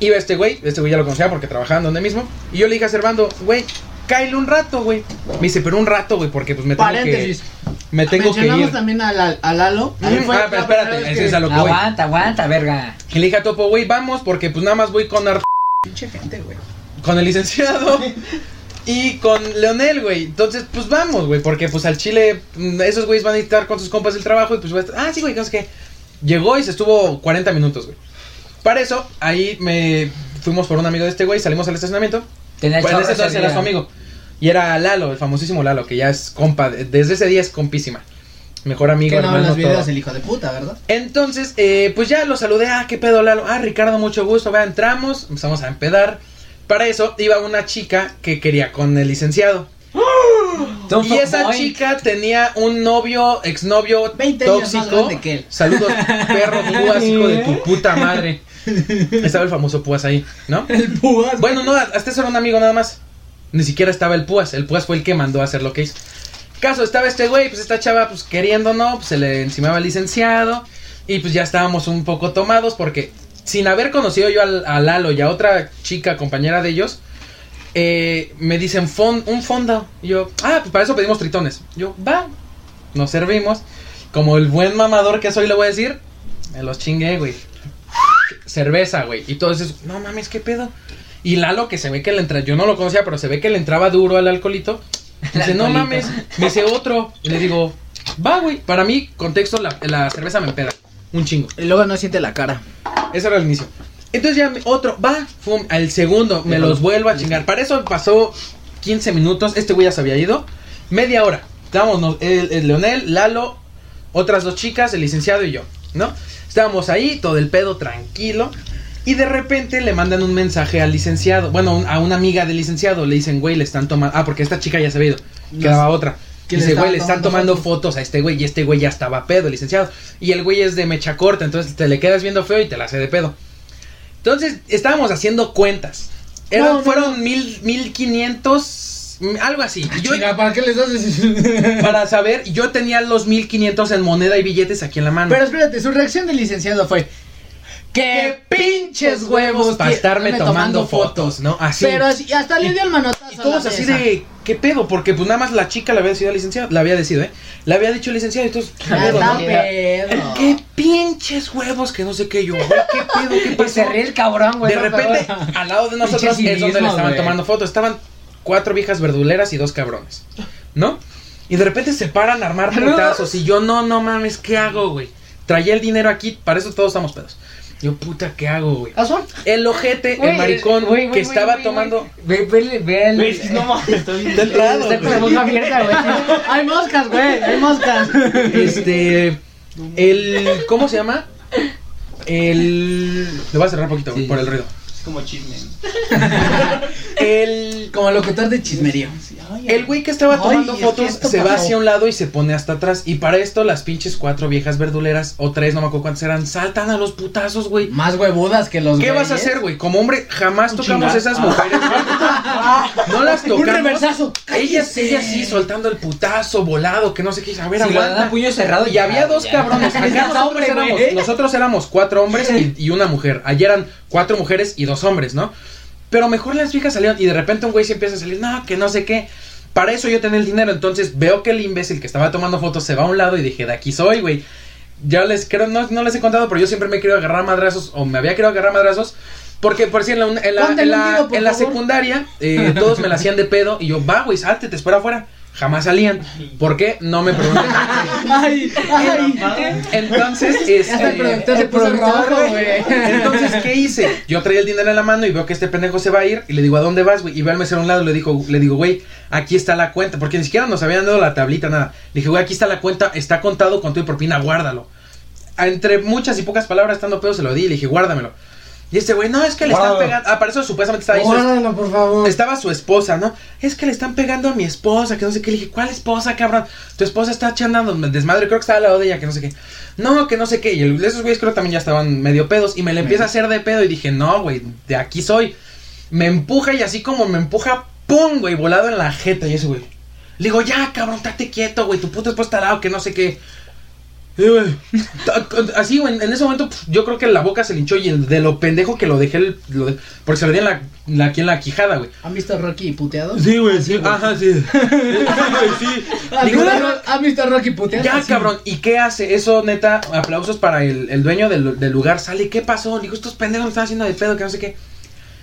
iba este güey, este güey ya lo conocía porque trabajaba en donde mismo. Y yo le dije a Servando, güey, cáele un rato, güey. Me dice, pero un rato, güey, porque pues me tengo que, Paréntesis. me tengo que Mencionamos ir. también a, la- a Lalo. Mm, ah, pero espérate, ese ese es a lo que voy. Aguanta, aguanta, verga. Y le dije a Topo, güey, vamos, porque pues nada más voy con Ar... Pinche gente, güey. Con el licenciado y con Leonel, güey. Entonces, pues vamos, güey, porque pues al Chile mm, esos güeyes van a estar con sus compas del trabajo y pues voy a estar... Ah, sí, güey, no sé qué. Llegó y se estuvo 40 minutos, güey. Para eso, ahí me fuimos por un amigo de este güey, salimos al estacionamiento. Tenía Pues en chorro ese entonces ese era día. su amigo. Y era Lalo, el famosísimo Lalo, que ya es compa, de- desde ese día es compísima. Mejor amigo, Que no hermano, las todo. videos el hijo de puta, ¿verdad? Entonces, eh, pues ya lo saludé. Ah, qué pedo, Lalo. Ah, Ricardo, mucho gusto. Vea, entramos, empezamos a empedar. Para eso iba una chica que quería con el licenciado. Y esa chica tenía un novio, exnovio 20 años más tóxico. grande que él. Saludos, perro púas, hijo de tu puta madre. Estaba el famoso púas ahí, ¿no? El púas. Bueno, no, hasta eso era un amigo nada más. Ni siquiera estaba el Púas. El Púas fue el que mandó a hacer lo que hizo. Caso, estaba este güey, pues esta chava, pues queriendo no, pues se le encimaba al licenciado. Y pues ya estábamos un poco tomados porque sin haber conocido yo al- a Lalo y a otra chica compañera de ellos, eh, me dicen fon- un fondo. Y yo, ah, pues para eso pedimos tritones. Yo, va, nos servimos. Como el buen mamador que soy, le voy a decir, me los chingué, güey. Cerveza, güey. Y todo eso, no mames, ¿qué pedo? Y Lalo, que se ve que le entra, yo no lo conocía, pero se ve que le entraba duro al alcoholito. Me dice, no mames, alcoholito. me dice otro. Y le digo, va, güey. Para mí, contexto, la, la cerveza me empeda. Un chingo. Y luego no siente la cara. Eso era el inicio. Entonces ya me- otro, va, fum, al segundo, me los vuelvo a chingar. Para eso pasó 15 minutos, este güey ya se había ido. Media hora. Estábamos no- el, el Leonel, Lalo, otras dos chicas, el licenciado y yo, ¿no? Estábamos ahí, todo el pedo tranquilo. Y de repente le mandan un mensaje al licenciado, bueno, un- a una amiga del licenciado, le dicen, güey, le están tomando... Ah, porque esta chica ya se había ido, quedaba otra. que le Dice, güey, estaban le están tomando tomando fotos a este güey y este güey ya estaba pedo, el licenciado. Y el güey es de mecha corta, entonces te le quedas viendo feo y te la hace de pedo. Entonces, estábamos haciendo cuentas. Eran, No, no, fueron mil, mil quinientos, mm, algo así. Y Yo, Ah, Chinga, ¿para qué les haces? para saber, yo tenía los mil quinientos en moneda y billetes aquí en la mano. Pero espérate, su reacción del licenciado fue. ¡Qué pinches huevos! para tie- estarme tomando, fotos, ¿no? Así. Pero así, y hasta le dio el manotazo. Y todos a la así mesa. de, ¿qué pedo? Porque pues nada más la chica la había decidido al licenciado, la había decidido, ¿eh? La había dicho el licenciado y todos, ¿qué Ah, pedo, está no? pedo. ¿Qué pinches huevos que no sé qué yo? güey, ¿Qué pedo? ¿Qué Pues pasó? se ríe el cabrón, güey. De ¿no? repente, al lado de nosotros Pinche es donde le cinismo, estaban güey. tomando fotos. Estaban cuatro viejas verduleras y dos cabrones, ¿no? Y de repente se paran a armar putazos. Y yo, no, no mames, ¿qué hago, güey? Traía el dinero aquí, para eso todos estamos pedos. Yo, puta, ¿qué hago, güey? Ah, son. El ojete, Güey, el maricón, güey, que güey, güey, estaba güey, tomando. Este, Ve, ve, ve el. Güey, no mames, está bien. Está entrado, Está con güey. la boca abierta, güey. Hay moscas, güey. Hay moscas. Este. El. ¿Cómo se llama? El. Lo voy a cerrar poquito güey, por el ruido. Es como chisme. El. Como locutor de chismería. El güey que estaba Ay, tomando es que fotos esto se va pasó. hacia un lado y se pone hasta atrás. Y para esto, las pinches cuatro viejas verduleras, o tres, no me acuerdo cuántas eran, saltan a los putazos, güey. Más huevudas que los ¿Qué vas a güeyes. hacer, güey? Como hombre, jamás tocamos chingazo. esas mujeres. güey. No las Un tocamos. reversazo. Ellas, ellas sí, soltando el putazo, volado, que no sé qué. A ver, Si lo dan aguanta. a puño cerrado, Y Ah, había dos ya. cabrones. Acá Estás nosotros, hombre, éramos, güey. nosotros éramos cuatro hombres y, y una mujer. Allí eran cuatro mujeres y dos hombres, ¿no? Pero mejor las viejas salieron y de repente un güey se empieza a salir, no, que no sé qué. Para eso yo tenía el dinero, entonces veo que el imbécil que estaba tomando fotos se va a un lado y dije, de aquí soy, güey. Ya les creo, no, no les he contado, pero yo siempre me he querido agarrar a madrazos, o me había querido agarrar a madrazos, porque por si en la, un- en la- Ponte en un la- tiro, por en la favor. secundaria eh, todos me la hacían de pedo y yo, va, güey, salte, te espero afuera. Jamás salían. ¿Por qué? No me pregunten. Ay, ay. Entonces, este, Hasta el productor se el puso productor, rojo, güey. güey. entonces, ¿qué hice? Yo traía el dinero en la mano y veo que este pendejo se va a ir y le digo, ¿a dónde vas, güey? Y ve al mesero a un lado y le, dijo, le digo, güey, aquí está la cuenta, porque ni siquiera nos habían dado la tablita, nada. Le dije, güey, aquí está la cuenta, está contado con tu propina, guárdalo. A- Entre muchas y pocas palabras, estando pedo, se lo di y le dije, guárdamelo. Y este güey, no, es que le están Guárdalo. pegando. Ah, para eso supuestamente estaba ahí. su- Guárdalo, por favor. estaba su esposa, ¿no? Es que le están pegando a mi esposa, que no sé qué. Le dije, ¿cuál esposa, cabrón? Tu esposa está chandando desmadre, creo que estaba al lado de ella, que no sé qué. No, que no sé qué. Y el- esos güeyes creo que también ya estaban medio pedos. Y me le empieza a hacer de pedo y dije, no, güey, de aquí soy. Me empuja y así como me empuja, ¡pum! güey, volado en la jeta. Y ese güey. Le digo, ya, cabrón, estate quieto, güey, tu puta esposa está al lado, que no sé qué. Y, güey, ta- ta- Así, güey, en ese momento pf, yo creo que la boca se le hinchó y el de lo pendejo que lo dejé, el- lo de- porque se lo di en la, la- aquí en la quijada, güey. ¿Han visto a Rocky puteado? Sí, güey, sí, Ajá, sí. Sí, güey, sí. ¿Han Digo, visto a no, Ro- ¿Han visto a Rocky puteado? ya, Sí. cabrón, ¿y qué hace? Eso, neta, aplausos para el, el dueño del, del lugar. Sale, ¿qué pasó? Le digo, estos pendejos me están haciendo de pedo, que no sé qué.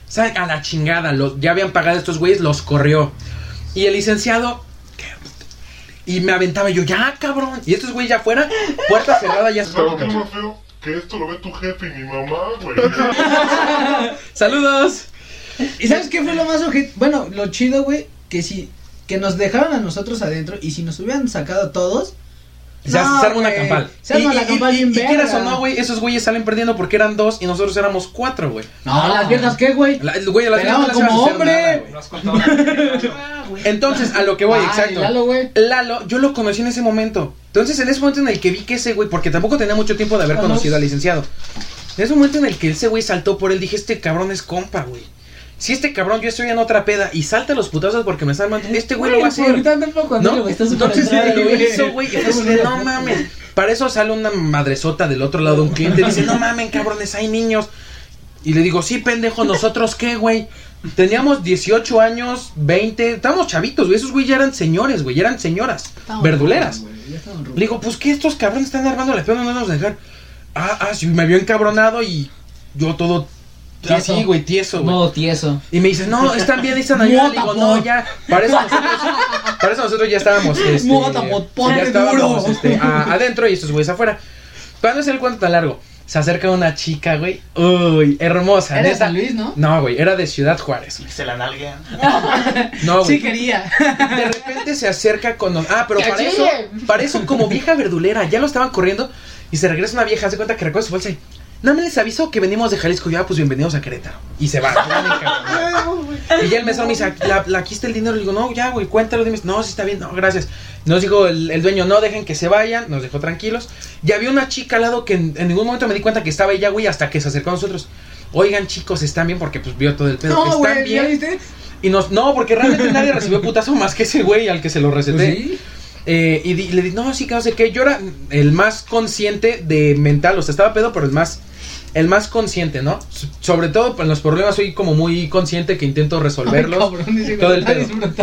Sale a la chingada, los, ya habían pagado a estos güeyes, los corrió. Y el licenciado. ¿qué? Y me aventaba y yo, ya, cabrón. Y estos güeyes ya afuera, puerta cerrada, ya. ¿Sabes qué es lo más feo? Que esto lo ve tu jefe y mi mamá, güey. Saludos. ¿Y sabes qué fue lo más ojet- Bueno, lo chido, güey, que si que nos dejaron a nosotros adentro y si nos hubieran sacado a todos, O sea, No, se arma una güey. campal. Se arma Y- la y- campal y- bien Y quieras verga. o no, güey, esos güeyes salen perdiendo porque eran dos y nosotros éramos cuatro, güey. No, Ah, las piernas, ¿qué, güey? La- el Güey, a las Pegaba finales no les ibas como a hacer hombre. nada, güey. Nos contó. Ah, güey. Entonces, a lo que voy, Ay, exacto. Lalo, güey. Lalo, yo lo conocí en ese momento. Entonces, en ese momento en el que vi que ese güey, porque tampoco tenía mucho tiempo de haber conocido al licenciado. En ese momento en el que ese güey saltó por él, dije, este cabrón es compa, güey. Si este cabrón, yo estoy en otra peda y salta a los putazos porque me están mandando, este güey lo va a hacer. tampoco, ¿No? ¿no? Está súper Entonces, entrado, lo güey. hizo, güey. Entonces, no mames. Para eso sale una madresota del otro lado de un cliente. Dice, no mamen, cabrones, hay niños. Y le digo, sí, pendejo, ¿nosotros qué, güey? Teníamos 18 años, 20. Estábamos chavitos, güey. Esos güey ya eran señores, güey. Ya eran señoras. verduleras. Le digo, pues que estos cabrones están armando la peona, no nos dejan. Ah, ah, sí, me vio encabronado y yo todo. Tieso. Así, güey, tieso, güey. Modo tieso. Y me dices, no, están bien, están allá. Le digo, no, ya. Para eso nosotros, para eso nosotros ya estábamos. Este, Motapod, ponte ya estábamos duro. este, a- adentro y estos güeyes afuera. Para no ser el cuento tan largo, se acerca una chica, güey. Uy, hermosa. Era de neta. San Luis, ¿no? No, güey, era de Ciudad Juárez. güey. Se la nalguean. No, güey. Sí quería. De repente se acerca con. Ah, pero para eso, para eso, como vieja verdulera, ya lo estaban corriendo y se regresa una vieja, hace cuenta que recoge su bolsa y. Nada más les aviso que venimos de Jalisco. Ya, pues bienvenidos a Querétaro. Y se va. y ya el mesero me dice: "Aquí- la, la, Aquí está el dinero. Le digo: No, ya, güey, cuéntalo. Dime, no, sí está bien, no, gracias. Nos dijo el, el dueño: No dejen que se vayan. Nos dejó tranquilos. Y había una chica al lado que en, en ningún momento me di cuenta que estaba ella, güey, hasta que se acercó a nosotros. Oigan, chicos, están bien porque pues vio todo el pedo. No, están güey, ¿ya bien. viste? Y nos, no, porque realmente nadie recibió putazo más que ese güey al que se lo Pues receté. Eh, y di- le dije, no, sí, que no sé qué. Yo era el más consciente de mental, o sea, estaba pedo, pero el más, el más consciente, ¿no? So- sobre todo pues, en los problemas soy como muy consciente que intento resolverlos. todo el pedo.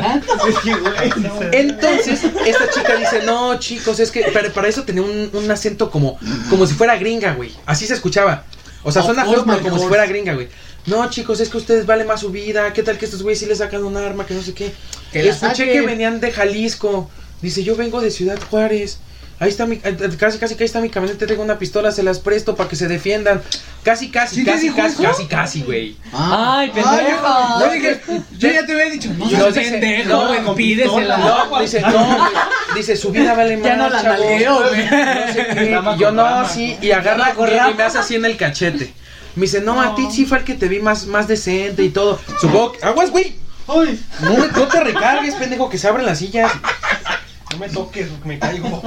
Entonces, esta chica dice, no, chicos, es que pero para eso tenía un, un acento como, como si fuera gringa, güey. Así se escuchaba. O sea, Of suena course, feo, pero Oh, my como si horse. fuera gringa, güey. No, chicos, es que ustedes vale más su vida. ¿Qué tal que estos güeyes sí les sacan un arma, que no sé qué? Que la Escuché saquen. que venían de Jalisco. Dice, yo vengo de Ciudad Juárez. Ahí está mi, eh, casi, casi que ahí está mi camioneta, tengo una pistola, se las presto para que se defiendan. Casi, casi, ¿Sí te casi, dijo casi, eso? casi, casi, güey. Ay, pendejo. yo dije, yo ya te había dicho, no No, seas dice, pendejo, no, güey, con pídesela. No, dice, no, güey. dice, su vida vale más. Ya no la chavos. nalgueo, güey. No sé qué. Rama Y yo con no, rama. sí. Y agarra y me hace así en el cachete. Me dice, no, a ti sí fue el que te vi más, más decente y todo. Supongo que. Aguas, güey. No, no te recargues, pendejo, que se abren las sillas. No me toques, me caigo.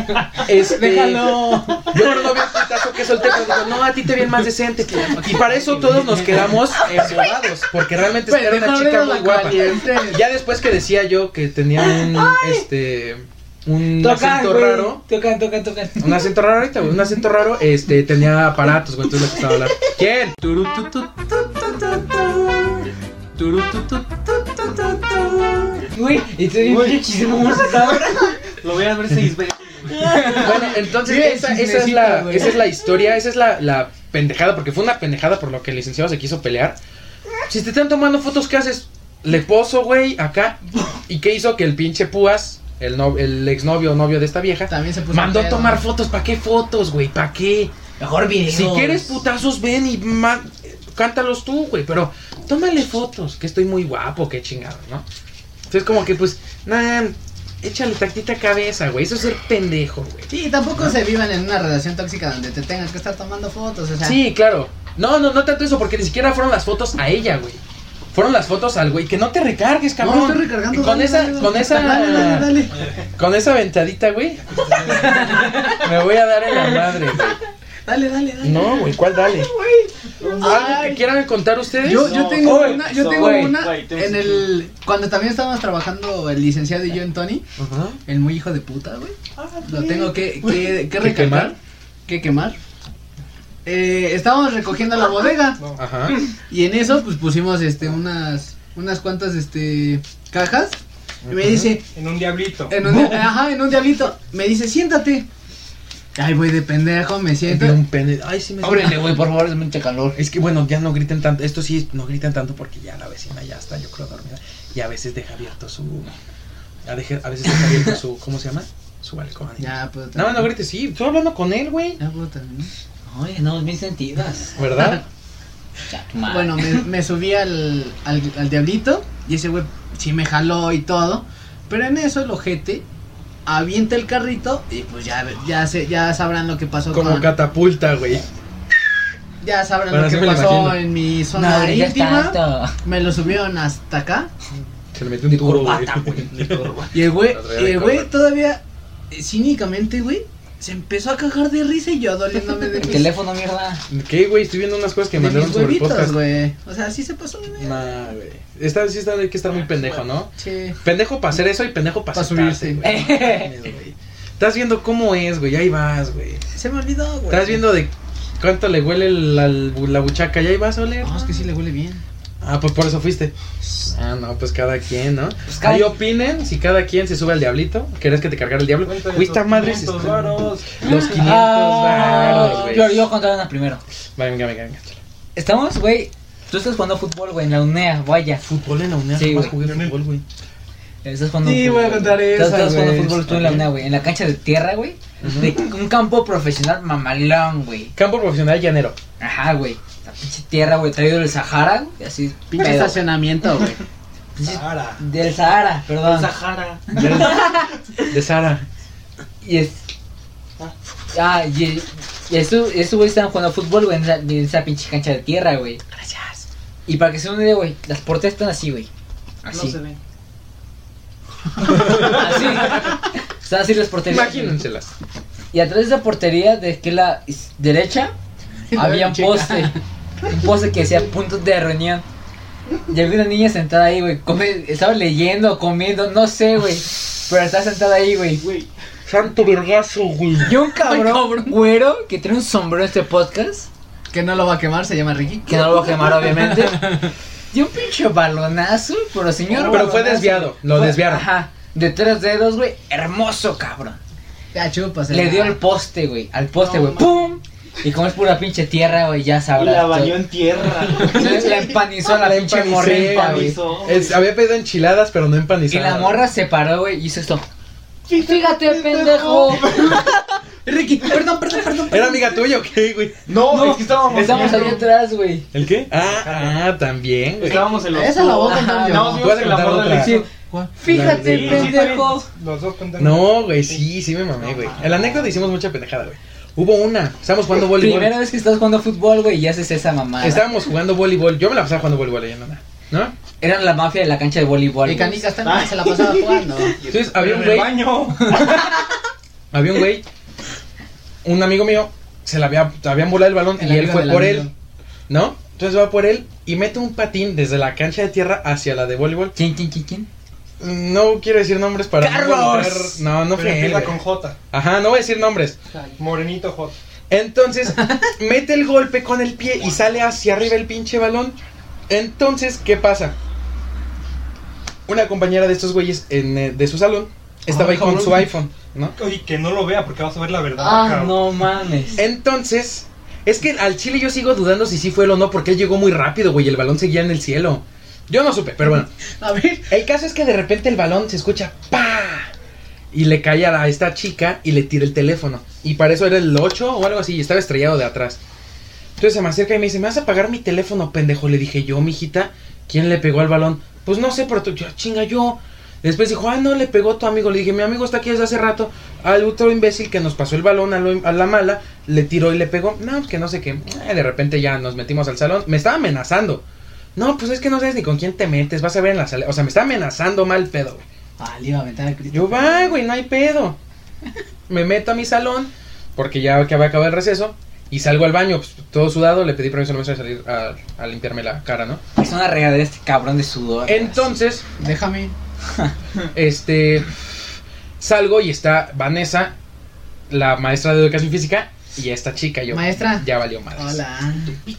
Este, Déjalo. Yo no lo vi un putazo que solté, pero digo, no, a ti te vi el más decente. Y para eso todos nos quedamos embobados, porque realmente era una Pendejo, chica abrieron muy la guapa. caliente. Ya después que decía yo que tenía un este un Tocan, acento güey. raro, Tocan, tocan, tocan. un acento raro ahorita, güey, un acento raro, este tenía aparatos, güey, entonces lo que estaba hablando. ¿Quién? Güey, estoy bien chismoso ahora. Lo voy a ver seis veces. Bueno, entonces Sí, esa, esa es chismecito, la, güey. esa es la historia, esa es la, la pendejada, porque fue una pendejada por lo que el licenciado se quiso pelear. Si te están tomando fotos, ¿qué haces? Le poso, güey, acá. ¿Y qué hizo? Que el pinche Púas, el, no, el exnovio o novio de esta vieja, También se puso mandó pues pedo. tomar fotos. ¿Para qué fotos, güey? ¿Para qué? Mejor video. Si quieres putazos, ven y ma- cántalos tú, güey. Pero tómale fotos, que estoy muy guapo, qué chingado, ¿no? Entonces, como que, pues, nah, échale tactita cabeza, güey. Eso es ser pendejo, güey. Sí, tampoco se vivan en una relación tóxica donde te tengas que estar tomando fotos, o sea. Sí, claro. No, no, no tanto eso, porque ni siquiera fueron las fotos a ella, güey. Fueron las fotos al güey. Que no te recargues, No, cabrón. estoy recargando. Y Con dale, esa, dale, con dale. esa. Dale, dale, dale. Con esa ventadita, güey. me voy a dar en la madre, güey. Dale, dale, dale. No, güey, ¿cuál dale? ¿Algo que Ay. quieran contar ustedes? Yo, yo No, tengo güey, una, yo no, Oh. tengo güey, una güey, tienes en que- el cuando también estábamos trabajando el licenciado y yo en Tony, Ajá. el muy hijo de puta, güey. Ah, Lo tengo que ¿Que que, que quemar? recalcar, que quemar. Eh, estábamos recogiendo la bodega Ajá. y en eso pues pusimos este unas unas cuantas este cajas y me dice En un diablito. en un dia- ajá, en un diablito, me dice, "Siéntate." Ay, güey, de pendejo, me siento. Tiene un pene. Ay, sí me Ábrele, güey, por favor, es mucho calor. Es que bueno, ya no griten tanto. Esto sí, no gritan tanto porque ya la vecina ya está, yo creo, dormida. Y a veces deja abierto su. A, deje- a veces deja abierto su. ¿Cómo se llama? Su balcón. Ya, pues, puedo No, no terminar. grites, sí, estoy hablando con él, güey. Ya puedo terminar. Oye, no, mis sentidas. ¿Verdad? Ya, tu madre. Bueno, me, me subí al, al, al diablito y ese güey sí me jaló y todo. Pero en eso el ojete avienta el carrito y pues ya, ya, se, ya sabrán lo que pasó Como con- catapulta, güey. Ya sabrán Bueno, lo sí que me lo pasó imagino. en mi zona No, ya está íntima. alto. Me lo subieron hasta acá. Se le metió un turo, güey. Y el güey, Lo traía y de el güey corbata. todavía, eh, cínicamente, güey, se empezó a cagar de risa y yo doliéndome de El mis, teléfono, mierda. ¿Qué, güey? Estoy viendo unas cosas que de mis mandaron sobre el huevitos, podcast. güey. O sea, así se pasó, güey. Nah, güey. Esta sí está, hay que estar muy pendejo, ¿no? Che. Pendejo para hacer eso y pendejo para Pa' subirse, subirse. güey. No mames, güey. Estás viendo cómo es, güey. Ahí vas, güey. Se me olvidó, güey. Estás viendo de cuánto le huele la, la buchaca. Y ahí vas a oler. No, es que sí le huele bien. Ah, pues por eso fuiste. Ah, no, pues cada quien, ¿no? cada- Ahí opinen si cada quien se sube al diablito. ¿Querés que te cargara el diablo? Cuenta de Uy, esta esos madre 500 se- varos. este, Los 500 Ah, varos, güey. Yo, yo contar una primero. Venga, venga, venga. Estamos, güey. Tú estás jugando fútbol, güey, en la UNEA, vaya. Fútbol en la UNED. Sí, Sí, güey. jugué fútbol, güey. Estás jugando Sí, voy a contar Estás- esa, Estás jugando güey. fútbol tú en la UNEA, güey. En la cancha de tierra, güey. De un campo profesional mamalón, güey. Campo profesional llanero. Ajá, güey. La pinche tierra, güey, traído del Sahara, güey. Así, Pinche pedo. estacionamiento, güey. Pinche- Sahara. Del Sahara, perdón. Sahara. De Sara. Y es. Ah, y, y esto, esto, güey, estaban jugando fútbol, güey, en esa, en esa pinche cancha de tierra, güey. Gracias. Y para que se una idea, güey, las porteras están así, güey. Así. No se ven. Así. Están así las porterías. Imagínenselas. Y atrás de esa portería, de la derecha, había un Chica. poste. Un poste que decía puntos de reunión. Y había una niña sentada ahí, güey. come- Estaba leyendo, comiendo, no sé, güey. Pero estaba sentada ahí, güey. Santo vergazo, güey. Y un cabrón güero que tiene un sombrero en este podcast. Que no lo va a quemar, se llama Ricky. que no lo voy a quemar obviamente. Dio un pinche balonazo, pero señor. Pero fue balonazo. desviado, lo Fue- desviaron. Ajá. De tres dedos, güey. Hermoso, cabrón. Ya chupas. Le dio al poste, güey. Al poste, güey. ¡Pum! Y como es pura pinche tierra, güey, ya Y sabrás. la tú. bañó en tierra. La- la empanizó a la, pinche empanicé, morrita, güey. Avisó. Es- había pedido enchiladas, pero no Y empanizadas. la morra se paró, güey, y hizo esto. Fíjate, pendejo. Ricky, perdón, perdón, perdón. ¿Era amiga tuya o qué, güey? No, es que estábamos. Estamos ahí atrás, güey. ¿El qué? Ah, ah también, güey. Estábamos en los. Esa la voy a Ajá, contar yo. No, sí, Voy a el amor contar de la- otra. Sí. Fíjate, Sí, sí, pendejo. Los dos contando. No, güey, sí, sí me mamé, güey. En la anécdota hicimos mucha pendejada, güey. Hubo una, estábamos jugando voleibol. Primera vez que estás jugando fútbol, güey, y haces esa mamada. Estábamos jugando voleibol. Yo me la pasaba jugando voleibol ahí en la- ¿No? Eran la mafia de la cancha de voleibol. Y güey. Canicas también se la pasaba jugando. Entonces Pero había en un el güey, baño. había un güey, un amigo mío, se le había, habían volado el balón El y él amigo fue del por amigo. él, ¿no? Entonces va por él y mete un patín desde la cancha de tierra hacia la de voleibol. ¿Quién, quién, quién, quién? No quiero decir nombres para no ¡Carlos! involucrar- No, no Pero fue él. empieza con güey. J. Ajá, no voy a decir nombres. Morenito J. Entonces, mete el golpe con el pie y sale hacia arriba el pinche balón. Entonces, ¿qué pasa? Una compañera de estos güeyes en, eh, de su salón estaba Ah, ahí con cabrón. su iPhone, ¿no? Oye, que no lo vea porque vas a ver la verdad. Ah, cabrón. no mames. Entonces, es que al chile yo sigo dudando si sí fue él o no, porque él llegó muy rápido, güey, el balón seguía en el cielo. Yo no supe, pero bueno. A ver, El caso es que de repente el balón se escucha pa y le cae a, la- a esta chica y le tira el teléfono. Y para eso era el 8 o algo así, y estaba estrellado de atrás. Entonces se me acerca y me dice, "¿Me vas a pagar mi teléfono, pendejo?" Le dije, "Yo, mijita, ¿quién le pegó al balón?" Pues no sé, pero tú, yo, chinga yo. Después dijo, "Ah, no le pegó tu amigo." Le dije, "Mi amigo está aquí desde hace rato. Al otro imbécil que nos pasó el balón a, lo- a la mala, le tiró y le pegó." No, pues que no sé qué. Eh, De repente ya nos metimos al salón. Me estaba amenazando. No, pues es que no sabes ni con quién te metes, vas a ver en la sala. O sea, me está amenazando mal pedo, güey. Ah, le iba a aventar al Cristo. Yo, va, güey, no hay pedo. Me meto a mi salón, porque ya que había acabado el receso, y salgo al baño, pues, todo sudado, le pedí permiso al maestro de salir a, a limpiarme la cara, ¿no? Es una regadera este cabrón de Ah, sudor. Entonces, Déjame. este, salgo y está Vanessa, la maestra de educación física, y esta chica, yo. Maestra. Ya valió madres. Hola.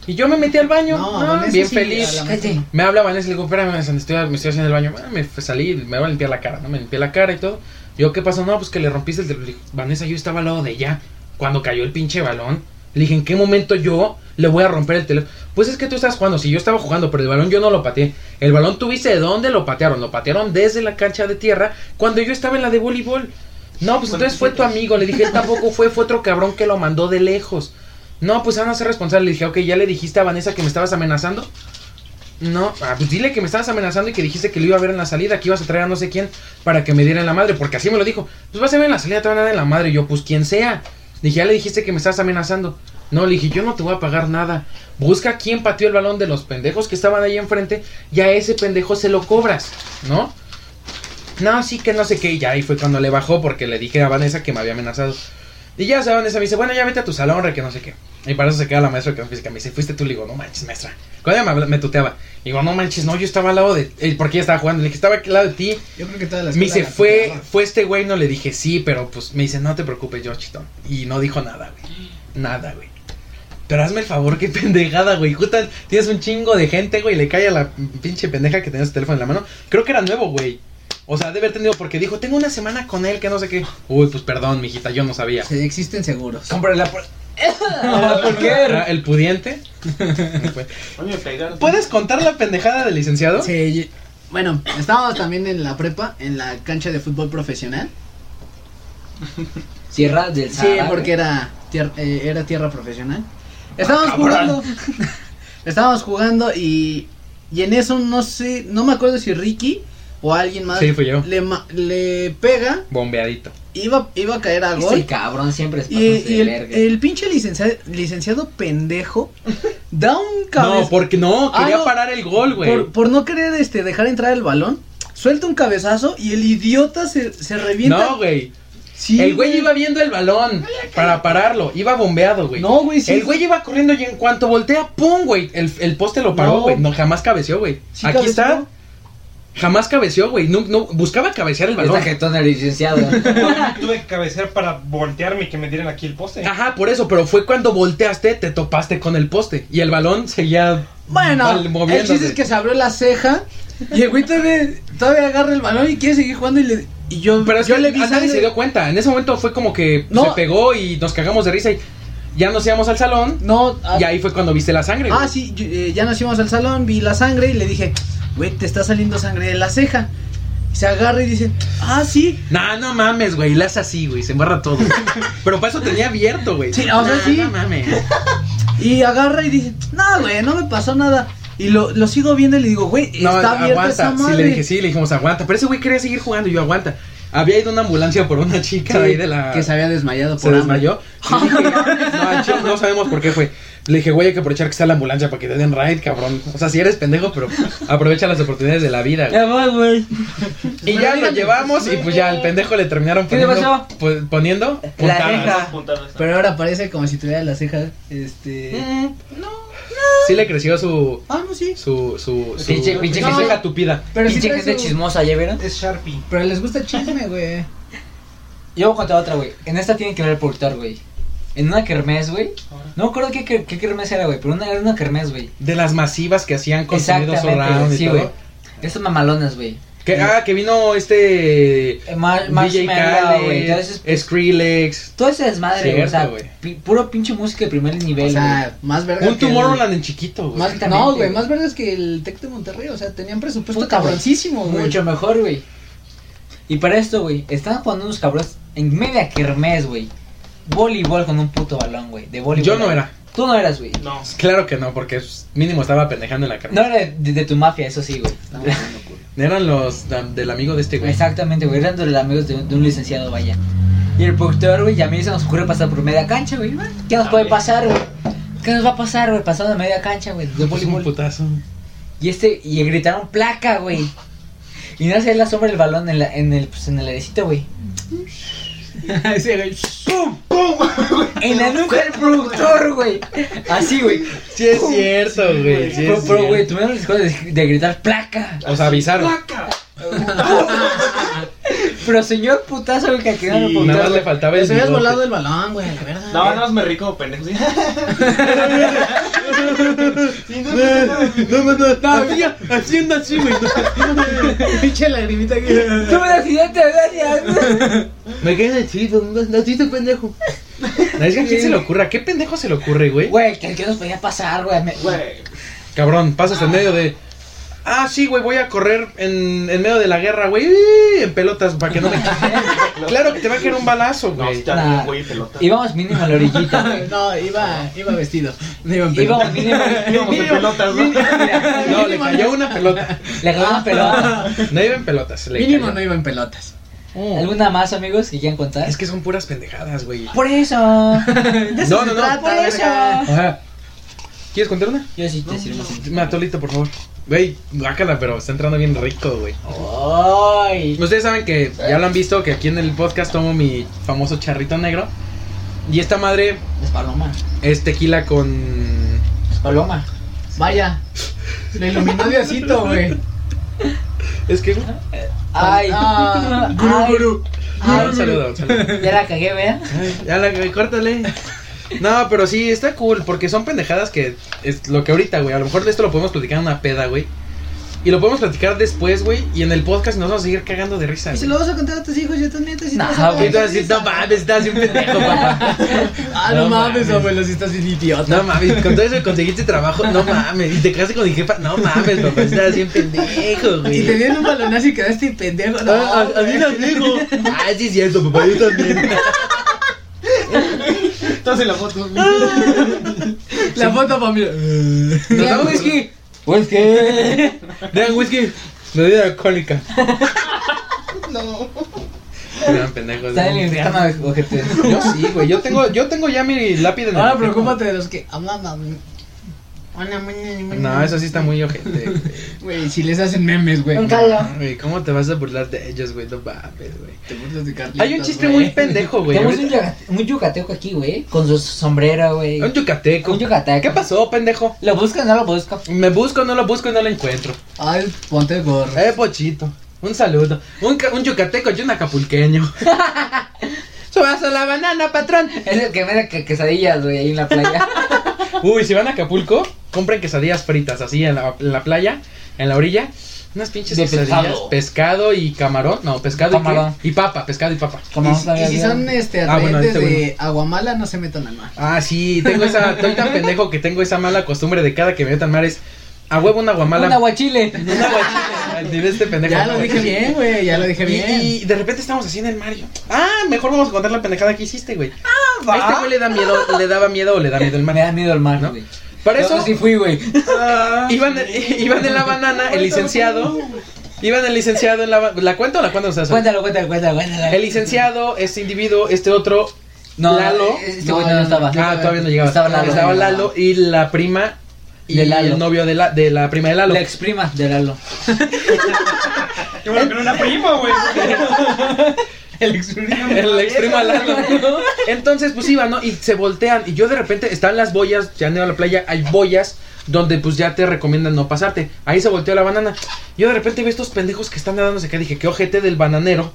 Y yo me metí al baño, ah, Vanessa bien sí, feliz. a la maestra no. Me habla Vanessa y le digo, espérame, Vanessa, estoy- me estoy haciendo el baño. Bueno, me fue- salí, me voy a limpiar la cara, ¿no? Me limpié la cara y todo. Yo, ¿qué pasó? No, pues que le rompiste el teléfono. Le dije, Vanessa, yo estaba al lado de ella cuando cayó el pinche balón. Le dije, ¿en qué momento yo le voy a romper el teléfono? Pues es que tú estás jugando. Si yo estaba jugando, pero el balón yo no lo pateé. El balón tuviste de dónde lo patearon. Lo patearon desde la cancha de tierra cuando yo estaba en la de voleibol. No, pues entonces fue tu amigo. Le dije, él tampoco fue, fue otro cabrón que lo mandó de lejos. No, pues van a ser responsable. Le dije, ok, ya le dijiste a Vanessa que me estabas amenazando. No, ah, pues dile que me estabas amenazando y que dijiste que lo iba a ver en la salida, que ibas a traer a no sé quién para que me diera en la madre, porque así me lo dijo. Pues vas a ver en la salida, te van a dar en la madre. Y yo, pues quien sea. Dije, ya le dijiste que me estabas amenazando. No, le dije, yo no te voy a pagar nada. Busca quién pateó el balón de los pendejos que estaban ahí enfrente y a ese pendejo se lo cobras, ¿no? No, sí que no sé qué. Y ya ahí fue cuando le bajó porque le dije a Vanessa que me había amenazado. Y ya, o sea, Vanessa me dice, bueno, ya vete a tu salón, re que no sé qué. Y para eso se queda la maestra de educación física. Me dice, fuiste tú, le digo, no manches, maestra. Cuando ella me, habla- me tuteaba, digo, no manches, no, yo estaba al lado de. eh, Porque ella estaba jugando, le dije, estaba al lado de ti. Yo creo que todas las Me dice, fue, fue este güey, no le dije sí, pero pues me dice, no te preocupes, yo chitón. Y no dijo nada, güey. Nada, güey. Pero hazme el favor, qué pendejada, güey. Justo tienes un chingo de gente, güey, y le cae a la pinche pendeja que tenía su teléfono en la mano. Creo que era nuevo, güey. O sea, debe haber tenido, porque dijo, tengo una semana con él, que no sé qué. Uy, pues perdón, mijita, yo no sabía. Sí, existen seguros. Compra la por- Ah, El pudiente. Oye, pegar. ¿Puedes contar la pendejada del licenciado? Sí, yo- bueno, estábamos también en la prepa, en la cancha de fútbol profesional. Sierra del Sí, Ah, Sahara. porque güey. era tierra, eh, era tierra profesional. Estábamos jugando. Estábamos jugando y, y en eso no sé, no me acuerdo si Ricky o alguien más Sí, fui yo. Le, ma- le pega, Bombeadito. iba, iba a caer al Este gol. cabrón siempre es Y, y el, verga. el pinche licenciado, licenciado pendejo da un cabezazo. No, porque no, Ah, quería no. parar el gol, güey. por, por no querer este, dejar entrar el balón, suelta un cabezazo y el idiota se, se revienta. No, güey. Sí, el güey iba viendo el balón para pararlo. Iba bombeado, güey. No, güey, sí. El güey iba corriendo y en cuanto voltea, ¡pum, güey! El, el poste lo paró, No. güey. No. jamás cabeció, güey. Sí Aquí cabeció. está. Jamás cabeció, güey. No, no, buscaba cabecear el balón. Está jetón el licenciado. Tuve que cabecear para voltearme y que me dieran aquí el poste. Ajá, por eso, pero fue cuando volteaste, te topaste con el poste. Y el balón seguía Bueno, mal- el moviéndose. chiste es que se abrió la ceja y el güey todavía, todavía agarra el balón y quiere seguir jugando y, le, y yo, Pero es yo que le vi a nadie sangre. se dio cuenta. En ese momento fue como que No. se pegó y nos cagamos de risa y ya nos íbamos al salón. No, ah, Y ahí fue cuando viste la sangre. ah, güey. sí, yo- eh, ya nos íbamos al salón, vi la sangre y le dije, güey, te está saliendo sangre de la ceja. Y se agarra y dice, ah, sí. Nah, no mames, güey. La hace así, güey. Se embarra todo. Pero para eso tenía abierto, güey. Sí, o sea, Nah, sí. No mames. Y agarra y dice, no, güey, no me pasó nada. Y lo, lo sigo viendo y le digo, güey, No, está abierta esa aguanta. Sí, madre. le dije, sí, le dijimos, aguanta. Pero ese güey quería seguir jugando y yo, aguanta. Había ido una ambulancia por una chica ahí de la. Que se había desmayado por se hambre. desmayó. Le dije, no, al chile no sabemos por qué fue. Le dije, güey, hay que aprovechar que está la ambulancia para que te den ride, cabrón. O sea, si eres pendejo, pero aprovecha las oportunidades de la vida, güey. Ya voy, güey. Y ya lo llevamos y pues ya al pendejo le terminaron ¿Qué le poniendo. pasó? pu- poniendo La puntadas. ceja. Puntadas. Pero ahora parece como si tuviera la ceja, este... Eh, Mm, Sí le creció su. Ah, no, sí. su. su. su Pinche- pinche su gente. ceja tupida. Pero sí Pinche trae gente su- chismosa, ¿ya vieron? Es Sharpie. Pero les gusta el chisme, güey. Yo voy a contar otra, güey. En esta tienen que ver el productor, güey. En una kermés, güey. No me acuerdo qué, qué, qué kermés era, güey. Pero una, era una kermés, güey. De las masivas que hacían con sonido Exactamente, surround güey, y sí, güey. todo. Esas mamalonas, güey. Que, ah, que vino este. Eh, Mar- DJ Marshmallow, güey. Todo eso Khaled, Skrillex. Todo ese desmadre, güey. O sea, Cierto, güey. pi- puro pinche música de primer nivel, O güey. sea, más verga Un que el- Tomorrowland en chiquito, güey. más- Exactamente, no, güey, güey. más verga es que el Tec de Monterrey, o sea, tenían presupuesto Puta, güey. cabroncísimo, güey. Mucho mejor, güey. Y para esto, güey, estaban jugando unos cabrones en media kermés, güey. Voleibol con un puto balón, güey. De voleibol. Yo no era. Tú no eras, güey. No. Claro que no, porque pues, mínimo estaba pendejando en la No carne. era de, de tu mafia, eso sí, güey. Eran los da- del amigo de este güey. Exactamente, güey. Eran de los amigos de, de un licenciado, vaya. Y el productor, güey, y a mí se nos ocurre pasar por media cancha, güey. Bueno, ¿Qué nos puede pasar, güey? ¿Qué nos va a pasar, güey? Pasando a media cancha, güey. De Pues un voleibol. putazo. Y este, y gritaron placa, güey. Y no se la sombra del balón en, la, en el, pues, en el airecito, güey. Ese güey, En la nuca del productor, güey. Así, güey. Sí, es cierto, güey. sí es Pero, pero, güey, Ah, cierto. tuvieron los hijos de, de gritar placa. Os avisaron. Pero, señor putazo, güey, que quedaron Y por nada más le faltaba el les habías bigote. volado el balón, güey, la verdad. No, nada más me reí como pendejo. ¿sí? No, no, no, todavía haciendo así, güey. Pinche lagrimita que... Tuve un accidente, gracias. Me quedé chido, no, no, sí, pendejo. Es que a quién se le ocurra, ¿qué pendejo se le ocurre, güey? Güey, ¿qué, qué nos podía pasar, güey? Me- Güey. Cabrón, pasas en medio de. Ah, sí, güey, voy a correr en, en medio de la guerra, güey, ¡ih! en pelotas para que no me Claro que te va a caer un balazo, güey. está bien, güey, pelota. Íbamos mínimo a la orillita, güey. No, iba, iba vestido. No iba en pelota. Íbamos mínimo. Íbamos en pelotas, ¿no? No, le cayó una pelota. Le ganó una pelota. No iba en pelotas, le Mínimo cayó. Oh, no iba en pelotas. ¿Alguna más, amigos, que quieran contar? Es que son puras pendejadas, güey. Por eso. No, no, no. Por eso. Ajá. ¿Quieres contar una? Yo sí te sirvo. Matolito, por favor. Güey, guácala, pero está entrando bien rico, güey. Ay. Ustedes saben que ya lo han visto que aquí en el podcast tomo mi famoso charrito negro. Y esta madre Es paloma. es tequila con. Es paloma. Vaya. Lo iluminó Diosito, güey. Es que. Ay. Ah, gurú, Ay. gurú. Ah, un saludo, un saludo. Ya la cagué, ¿verdad? Ay, Ya la córtale. No, pero sí, está cool, porque son pendejadas que es lo que ahorita, güey. A lo mejor de esto lo podemos platicar en una peda, güey. Y lo podemos platicar después, güey. Y en el podcast nos vamos a seguir cagando de risa, Y se güey. lo vas a contar a tus hijos y a tus nietos. y te Nah, vas a Y güey. tú cagar vas a de decir, risa. no mames, estás un pendejo, papá. Ah, no, mames, abuelo, si estás bien idiota. No mames, con todo eso que conseguiste trabajo, no mames. Y te casaste con mi jefa, no mames, papá, estás bien pendejo, Y te güey. dieron un balonazo y quedaste pendejo. No, Ah, a, a mí güey. las digo. Ah, sí, es cierto, papá, yo también. Estás en la foto. La foto para mí. Nos damos whisky. Pues Whisky. Vean, whisky. Bebida alcohólica. No. Vean, pendejos. Está en el infierno, ojete. Yo sí, güey. Yo tengo, yo tengo ya mi lápiz en el. Ah, Ahora ojete. preocúpate de los que hablan a mí. Hola, mañana, mañana. No, eso sí está muy ojete. güey. Güey, si les hacen memes, güey. Un caldo. Güey, ¿cómo te vas a burlar de ellos, güey? No mames, güey. Te burlas de Carlitos, Hay un chiste güey. muy pendejo, güey. Tenemos un, ahorita- yucate- un yucateco aquí, güey. Con su sombrero, güey. Un yucateco. Un yucateco. ¿Qué pasó, pendejo? ¿Lo buscas o no lo buscas? Me busco, no lo busco y no lo encuentro. Ay, ponte el gorro. Eh, pochito. Un saludo. Un, ca- un yucateco y un acapulqueño. Subas a la banana, patrón. Es el que me da que- quesadillas, güey, ahí en la playa. Uy, si van a Acapulco, compren quesadillas fritas así en la, en la playa, en la orilla. Unas pinches De quesadillas. pescado. pescado y camarón. No, pescado y, Camarón. qué? y papa, pescado y papa. Como y, si- y si son este Ah, bueno, ardientes este de Aguamala, no se metan al mar. Ah, sí, tengo esa. Estoy tan pendejo que tengo esa mala costumbre de cada que me meto al mar es. A huevo una guamala. Un aguachile. un aguachile. Al nivel de este pendejo. Ya lo dije bien, güey, ya lo dije Y, bien. y de repente estamos así en el Mario. Ah, mejor vamos a contar la pendejada que hiciste, güey. Ah, va. Este güey le da miedo, le daba miedo o le da miedo el Me mar. da miedo el mar, ¿No? güey. Para eso Yo sí fui, güey. Iban, iban en la banana, el licenciado. Iban el licenciado en la ba- ¿La cuento o la cuentan ustedes? Cuéntalo, cuéntalo, cuéntalo, cuéntalo. El licenciado, este individuo, este otro. No, Lalo. este güey no, estaba. Ah, todavía no llegaba. Estaba Lalo. Lalo y la prima. Y De Lalo. el novio de la, de la prima de Lalo. La ex prima de Lalo. Qué bueno que era una prima, güey. El ex prima Lalo. Entonces, pues iban, ¿no? Y se voltean. Y yo de repente, están las boyas, ya han ido a la playa, hay boyas donde pues ya te recomiendan no pasarte. Ahí se volteó la banana. Yo de repente vi estos pendejos que están nadándose acá. Dije, qué ojete del bananero.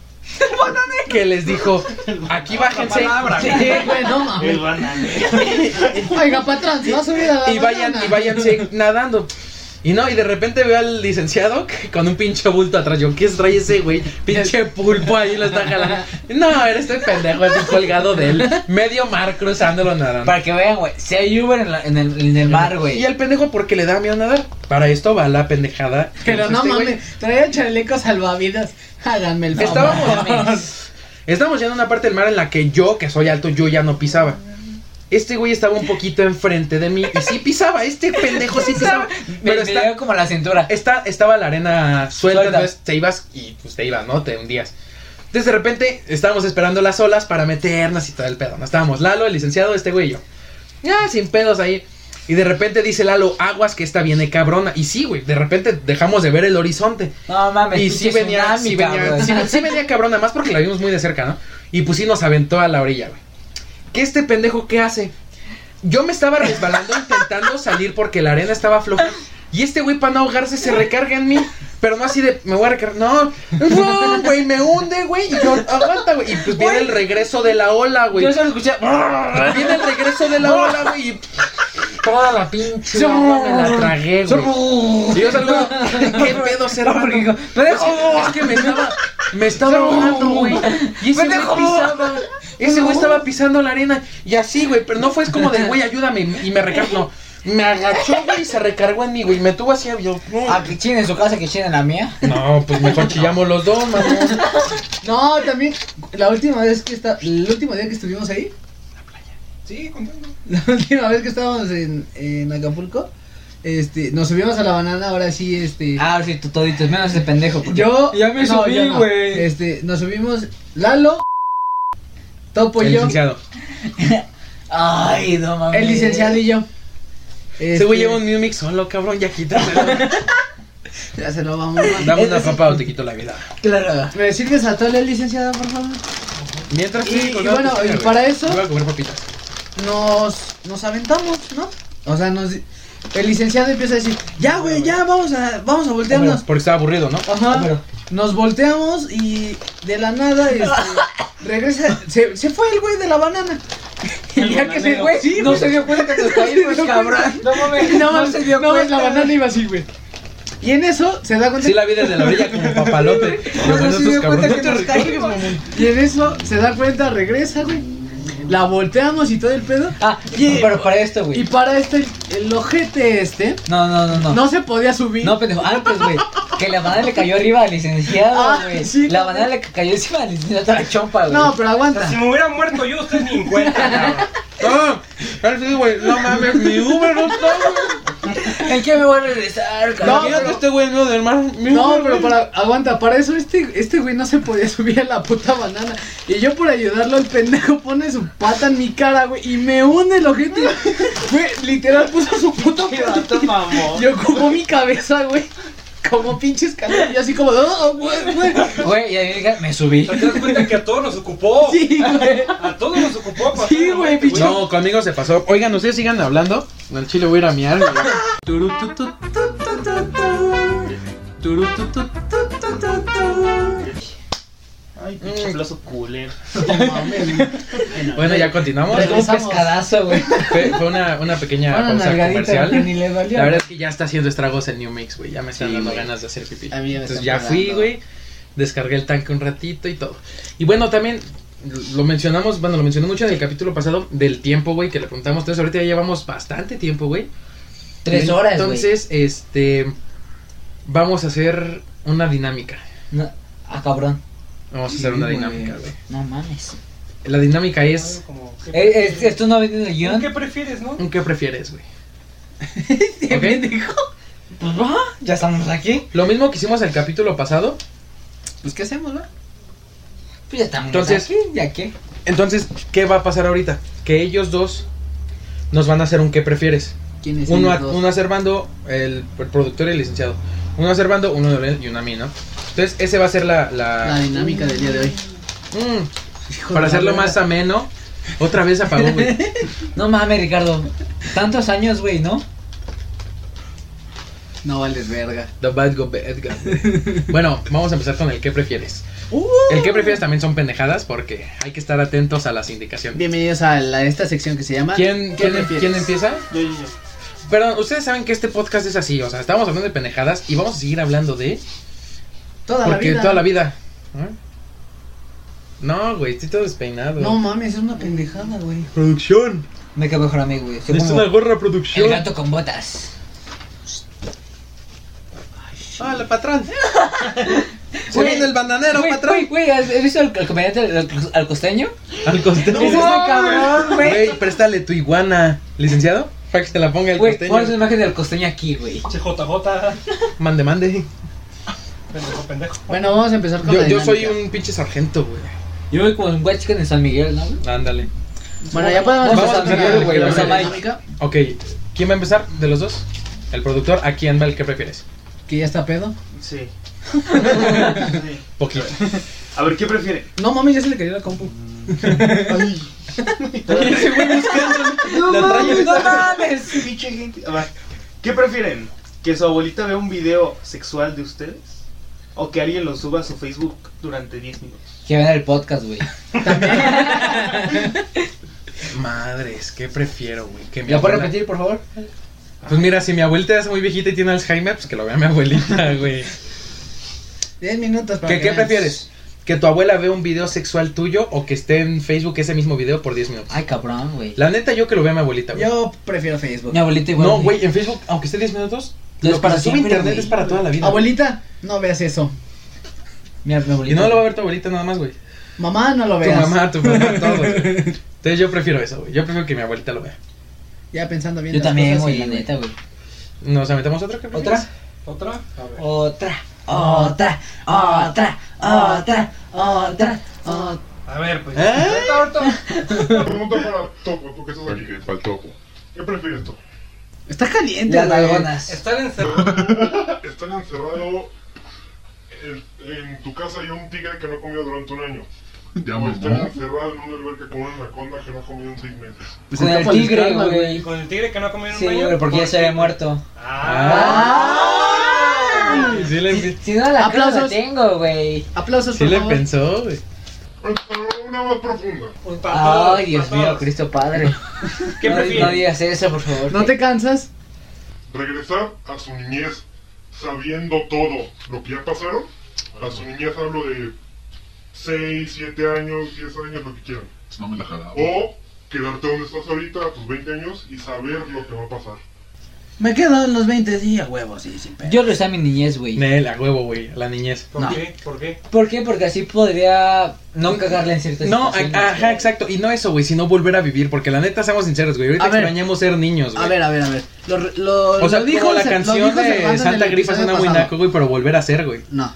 Que les dijo, aquí bájense. palabra, Sí, Sí, güey, no mames. El bananero. Oiga, patrón, se va a subir a la y vayan, banana. y váyanse nadando. Y no, y de repente veo al licenciado que- con un pinche bulto atrás. Yo, ¿qué trae ese güey? Pinche pulpo ahí lo está jalando. No, era este pendejo así colgado de él. Medio mar cruzándolo nadando. Para que vean, güey. Si hay Uber en, la- en el, en el mar, güey. Y el pendejo porque le da miedo nadar. Para esto va la pendejada. que Pero hizo no este güey. mames, traía chaleco salvavidas. Háganme el favor. Estábamos, estábamos ya en una parte del mar en la que yo, que soy alto, yo ya no pisaba. Este güey estaba un poquito enfrente de mí y sí pisaba, este pendejo sí pisaba. Me, Pero me está, dio como la cintura. Esta- estaba la arena suelta, Suelta. entonces te ibas y pues te ibas, ¿no? Te hundías. Entonces de repente estábamos esperando las olas para meternos y todo el pedo. No estábamos Lalo, el licenciado, este güey y yo. Ya, sin pedos ahí. Y de repente dice Lalo, aguas que esta viene cabrona. Y sí, güey, de repente dejamos de ver el horizonte. No mames. Y sí pinche venía, tsunami, sí venía, cabrón. sí, sí venía cabrón, además porque la vimos muy de cerca, ¿no? Y pues sí nos aventó a la orilla, güey. ¿Qué este pendejo qué hace? Yo me estaba resbalando intentando salir porque la arena estaba floja. Y este güey, para no ahogarse, se recarga en mí. Pero no así de, me voy a recargar. No, no, güey, me hunde, güey. Y yo, aguanta, güey. Y pues viene el regreso de la ola, güey. Yo solo escuché. Viene el regreso de la ola, güey. Y Toda la pinche. yo me agua la me la tragué, güey. Y yo salgo, ¿qué pedo ser Porque- Es que me estaba, me estaba ahogando, güey. Y ese güey pisaba, ese güey estaba pisando la arena. Y así, güey, pero no fue es como de, güey, ayúdame y me recargo. No. Me agachó, güey, y se recargó en mí, güey. Me tuvo así, yo. no. Ah, que chinen en su casa, que chinen en la mía. No, pues mejor chillamos los dos, mamón. No, también, la última vez que está, el último día que estuvimos ahí, Sí, contando. la última vez que estábamos en, en Acapulco, este, nos subimos a la banana, ahora sí, este, Ah, sí, tú todito, es menos ese pendejo. porque- yo, Ya me subí, yo no. güey. Este, nos subimos, Lalo, Topo El y yo, licenciado. Ay, no mames. el licenciado y yo. Ese güey Este, lleva un New Mix solo, cabrón, ya quítate. Este, Ya se lo vamos. a- Dame una Entonces, papa o te quito la vida. Claro. ¿Me sirves a tole, licenciada, por favor? Mientras Y- sí, y colgado bueno, tu silla, y güey. para eso- Voy a comer papitas. nos, nos aventamos, ¿no? O sea, nos, el licenciado empieza a decir, ya, güey, ya, vamos a, vamos a voltearnos. Porque estaba aburrido, ¿no? Ajá. Nos volteamos y de la nada, este, regresa, se, se fue el güey de la banana. Y ya que se fue, sí, güey. dio cuenta que nos No se dio No mames. No, mames, no, mames, la banana güey. iba así, güey. Y en eso se da cuenta Sí, la vida desde la orilla como papalote. Y No, bueno, sí estos me cuenta cabrones que te nos recargues, caímos. mamón. Y en eso se da cuenta, regresa, güey. La volteamos y todo el pedo. Ah, Y- pero para esto, Y güey. para este, el, el ojete este, No, no, no, no. no se podía subir. No, pendejo, antes, güey. Que la banana le cayó arriba Ah, al licenciado, güey. sí, la no, banana le cayó encima al licenciado a la chompa, güey. No, pero aguanta. Si me hubiera muerto yo, ustedes ni en cuenta, cabrón. Ah, ahora sí, güey, no mames, mi Uber no está, güey. ¿En qué me voy a regresar, No, cabrón? Imagínate pero- este güey no del mar. mi No, Uber, pero güey. para, aguanta, para eso este, este güey no se podía subir a la puta banana. Y yo por ayudarlo, el pendejo pone su pata en mi cara, güey, y me hunde el ojete. Güey, literal puso su puta pata. Yo como mi cabeza, güey. Como pinche escalera, yo así como, "Oh, güey, güey". Güey, y ahí me diga, me subí. ¿Te das cuenta que a todos nos ocupó? Sí, güey. A todos nos ocupó. para Sí, hacer el güey, muerte, pinche- No, conmigo se pasó. Oigan, ustedes sigan hablando. En el chile voy a ir a miar. güey. Ay, pinche plazo culero. Mm. Bueno, ya continuamos. Fue como un Regresamos. pescadazo, güey. Fue, fue una, una pequeña Una pausa nalgadita que ni comercial. le valió. La verdad es que ya está haciendo estragos el New Mix, güey. Ya me están Sí, dando güey. ganas de hacer pipí. A mí ya me Entonces están ya fui, pegando. güey. Descargué el tanque un ratito y todo. Y bueno, también lo mencionamos, bueno, lo mencioné mucho en el capítulo pasado del tiempo, güey, que le preguntamos. Entonces ahorita ya llevamos bastante tiempo, güey. Tres horas, güey. Entonces, este. Vamos a hacer una dinámica. No, ah, cabrón. Vamos a hacer una Sí, dinámica, güey. güey. No mames. La dinámica es. algo como, ¿qué Eh, eh, prefieres? esto no viene en el ¿Tú guión. ¿Qué prefieres, no? ¿Qué prefieres, güey? ¿Qué pendejo? Pues va, ya estamos aquí. Lo mismo que hicimos el capítulo pasado. Pues, ¿qué hacemos, güey? Pues ya estamos Entonces- aquí, ya qué. Entonces, ¿qué va a pasar ahorita? Que ellos dos nos van a hacer un ¿qué prefieres? ¿Quién es Uno el a, dos? uno a Servando, el, el productor y el licenciado. Uno a Servando, uno a Gabriel y uno a mí, ¿no? Entonces, ese va a ser la... la- La dinámica del día de hoy. Mm, Hijo de para la hacerlo verga. más ameno, otra vez apagó, güey. No mames, Ricardo. Tantos años, güey, ¿no? No vales verga. The bad go bad, güey. Bueno, vamos a empezar con el ¿qué prefieres? El ¿qué prefieres también son pendejadas porque hay que estar atentos a las indicaciones. Bienvenidos a, la- esta sección que se llama Ah, ¿Quién, ¿Qué quién, prefieres? quién empieza? Yo, yo, yo. Perdón, ustedes saben que este podcast es así, o sea, estamos hablando de pendejadas y vamos a seguir hablando de... Toda Porque la vida. toda la vida. ¿Eh? No, güey, estoy todo despeinado. No mames, es una pendejada, güey. producción. Me quedo mejor a mí, güey. Soy Es como una gorra el producción. gato con botas. Ah, la patrón. Se viene el bananero, Güey, patrón. Güey, güey, ¿has has visto al, al comediante al, al costeño? Al costeño. es ese cabrón, güey. Güey, préstale tu iguana. ¿Licenciado? Para que te la ponga el Güey, costeño. pon esa imagen del costeño aquí, güey. Che, JJ. Mande, mande. Pendejo, pendejo. Bueno, vamos a empezar con Yo, la yo soy dinámica. un pinche sargento, güey. Yo voy como un white chicken en San Miguel, ¿no? Ándale. Bueno, ya podemos Vamos a empezar con empezar, la- güey, con vamos la a Mike. dinámica, Ok, ¿quién va a empezar de los dos? El productor, ¿a quién va el que prefieres? que ya está pedo. Sí. Sí. Poquito. A ver, ¿qué prefiere? No mames, ya se le cayó la compu. Ay. No mames, no mames. Pinche gente. A ver, ¿Qué prefieren? ¿Que su abuelita vea un video sexual de ustedes? ¿O que alguien lo suba a su Facebook durante 10 minutos? Que vean el podcast, güey. Madres, ¿qué prefiero, güey? Que mi ¿Lo puedes abuela- repetir, por favor? Pues mira, si mi abuelita es muy viejita y tiene Alzheimer, pues que lo vea mi abuelita, güey. 10 minutos para ¿Qué, que qué veas. prefieres? que tu abuela vea un video sexual tuyo o que esté en Facebook ese mismo video por 10 minutos. Ay, cabrón, güey. La neta, yo que lo vea mi abuelita, güey. Yo prefiero Facebook. Mi abuelita igual. No, güey, en Facebook, aunque esté 10 minutos, No, lo es para para sube siempre, internet güey. es para toda la vida. Abuelita, no veas eso. Mi, mi Y abuelita. no lo va a ver tu abuelita nada más, güey. Mamá, no lo Tu veas. mamá, tu papá, todos. güey. Entonces yo prefiero eso, güey. Yo prefiero que mi abuelita lo vea. Ya pensando bien. Yo las también, cosas, güey, sí, la neta, güey. ¿Nos aventamos otra? ¿qué prefieres? ¿Otra? ¿Otra? A Oh. ver. Otra, otra, otra, otra, otra, otra. A ver, pues. ¿Eh? Ahorita, ahorita. Pregunta para Topo, tú que estás aquí. Porque para el topo. ¿Qué prefieres tú? Está caliente, Las güey. algonas. Estar encerrado. Estar encerrado en, en tu casa y un tigre que no ha comido durante un año. Ya O estar mamó. encerrado en una alberca con una anaconda que no ha comido en seis meses. Con el tigre, buscarla, güey. Con el tigre que no ha comido en Sí, un año. güey, porque ya se había muerto. Ah. Sí, le, Si, si no, la clave la Aplausos. tengo, güey. Aplausos, sí por le favor. pensó, güey. Una más profunda. Pues para todos, Ay, Dios para mío, todos. Cristo Padre. ¿Qué no, prefieres? no digas eso, por favor. ¿No te cansas? Regresar a su niñez sabiendo todo lo que ya pasaron. A su niñez hablo de 6, 7 años, 10 años, lo que quieran. No me la jalaba. O quedarte donde estás ahorita a tus 20 años y saber lo que va a pasar. Me quedo en los 20 días, huevos, sí, sin pedo. Yo lo usé a mi niñez, güey. Nel, a huevo, güey. La niñez. ¿Por No. qué? ¿Por qué? ¿Por qué? Porque así podría no cagarla en ciertas No, a- situaciones, ajá, güey. exacto. Y no eso, güey, sino volver a vivir. Porque la neta, seamos sinceros, güey. Ahorita A ver. extrañamos ser niños, güey. A ver, a ver, a ver. Lo, lo, O sea, lo dijo la Cer- lo canción dijo Cervantes en de el Santa Grifa episodio suena muy pasado. naco, güey, pero volver a ser, güey. No.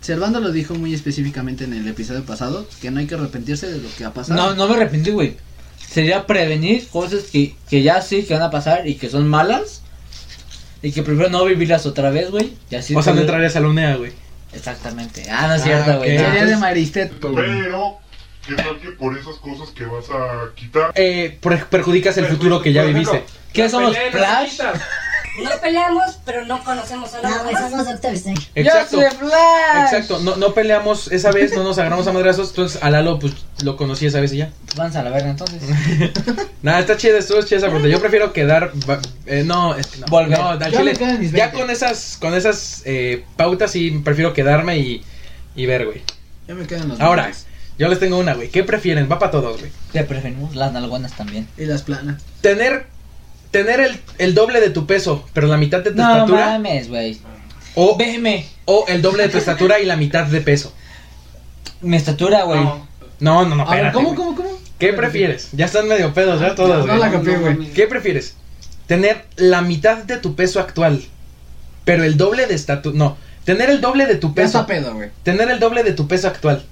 Servando lo dijo muy específicamente en el episodio pasado, que no hay que arrepentirse de lo que ha pasado. No, no me arrepentí, güey. Sería prevenir cosas que, que ya sé que van a pasar y que son malas. Y que prefiero no vivirlas otra vez, güey. Y así. O sea, no poder- entrarías a la UNEA, güey. Exactamente. Ah, no es Ah, cierto, ok. güey. Sería Sería de Entonces, Maristet. Pues Pero, ¿qué tal que por esas cosas que vas a quitar? Eh, per- perjudicas el Pero, futuro por- que ya por viviste. ejemplo, ¿Qué somos, pelea en las Flash? citas. No peleamos, pero no conocemos a nadie. No, eh. eso no Exacto. Yo soy Flash. Exacto, no, no peleamos esa vez, no nos agarramos a madrazos, entonces a Lalo pues lo conocí esa vez y ya. Vamos a la verga, entonces. Nada, está chida, estuvo chida esa pregunta. Yo prefiero quedar va- eh, no, es que no, Volver. no, al Yo chile, me quedo en mis ya 20. con esas con esas eh, pautas sí prefiero quedarme y y ver, güey. Yo me quedo en los Ahora, 20. yo les tengo una, güey. ¿Qué prefieren? Va para todos, güey. Te preferimos las nalgonas también. Y las planas. Tener tener el, el doble de tu peso, pero la mitad de tu No estatura mames, güey. o Veme. o el doble de tu estatura y la mitad de peso. Mi estatura, güey. No. No, no, no, A ver, espérate. ¿cómo, güey. cómo, cómo? ¿Qué prefieres? Ya están medio pedos, ya todos. No güey. la capé, güey. ¿Qué prefieres? ¿Tener la mitad de tu peso actual, pero el doble de estatura? No, tener el doble de tu Ya peso. está pedo, güey. Tener el doble de tu peso actual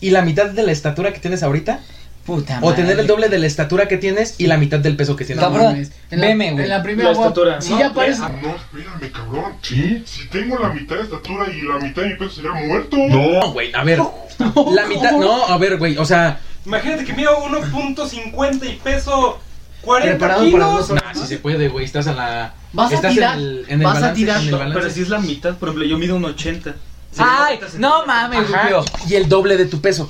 y la mitad de la estatura que tienes ahorita. Puta O madre. tener el doble de la estatura que tienes y la mitad del peso que tienes. No Cabrón, mames. En la- veme, güey. En la primera La guapa. estatura. Sí, No, ya parece. Ah, No, espérame, cabrón. ¿Sí? Si tengo la mitad de estatura y la mitad de mi peso sería muerto. No. No, güey, a ver. La mitad, no, a ver, güey, o sea, Imagínate que mido 1.50 y peso 40 Preparado para kilos. dos horas. nah, si ah, se puede, güey, estás en la Vas a estás en tirar, el- en el vas a balance, tirar. en el balance. Pero si es la mitad, por ejemplo, yo mido un 80. Ay, no mames, Ajá, güey. y el doble de tu peso.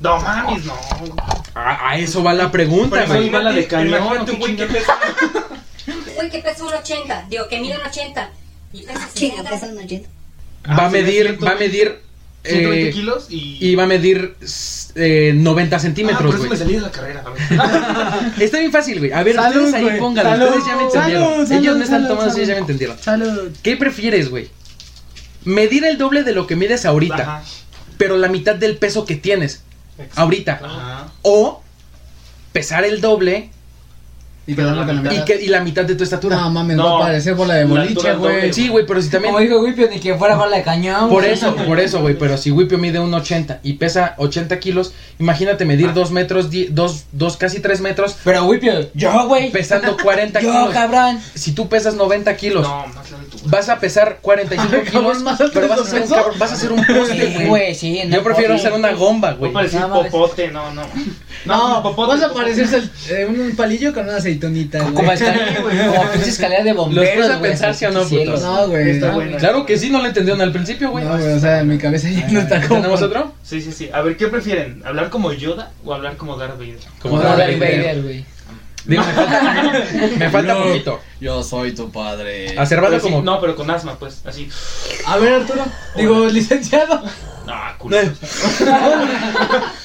No mames, no. Eh, A, a eso va la pregunta, Pero güey. imagínate- bala de cañón, Imagínate un güey que pesa. Uy, que pesa un 80. Digo, que mide un 80. Y pesa 60. va a sería medir, 120. va a medir. eh, 120 kilos y. Y va a medir s- eh, 90 Ah, por centímetros, eso güey. me salí de la carrera. a ver. Está bien fácil, güey. A ver, Salud, ustedes ahí güey. pónganlo. Salud. Ustedes ya me entendieron. Salud, salud, ellos no están salud, tomando, salud. ellos ya me entendieron. Salud. ¿Qué prefieres, güey? Medir el doble de lo que mides ahorita, Ajá. pero la mitad del peso que tienes ahorita. Ajá. O pesar el doble Y quedarlo con la y, mitad. que, y la mitad de tu estatura. No mames, No. va a parecer bola de La boliche, altura güey. doble. sí, güey, pero si también... Como dijo Whippio, ni que fuera bala de cañón. Por güey. eso, por eso, güey. Pero si Whippio mide un 80 y pesa 80 kilos, imagínate Ah. medir 2 metros, 2, casi 3 metros, Pero Whippio, yo, güey. pesando 40 Yo, kilos. cabrón. Si tú pesas 90 kilos, No, más grande tú. vas a pesar 45 Ah, Cabrón, kilos, más alto pero de vas a, los ser un, pesos. cabrón, vas a ser un poste, Sí, güey. güey, sí. no Yo prefiero puedo. hacer una gomba, güey. Va a parecer No mames. popote, no, no. No, popote, vas a popote. parecerse el- eh, un palillo con una aceitonita, güey. Como escalera, güey. Como pinche escalera de bomberos. puedes a güey, pensar, así, ¿sí o no, cielos. putos? No, güey. Está no, buena. Claro que sí, no lo entendieron al principio, güey. No, güey, o sea, mi cabeza ya no está como. ¿Tenemos otro? Sí, sí, sí. A ver, ¿qué prefieren? ¿Hablar como Yoda o hablar como Darth Vader? Como No, Como Darth Darth Vader, güey. Digo, me falta, me falta No. poquito. Yo soy tu padre. Acervado Pero sí, como... No, pero con asma, pues, así. A ver, Arturo. Digo, licenciado. Ah, culo.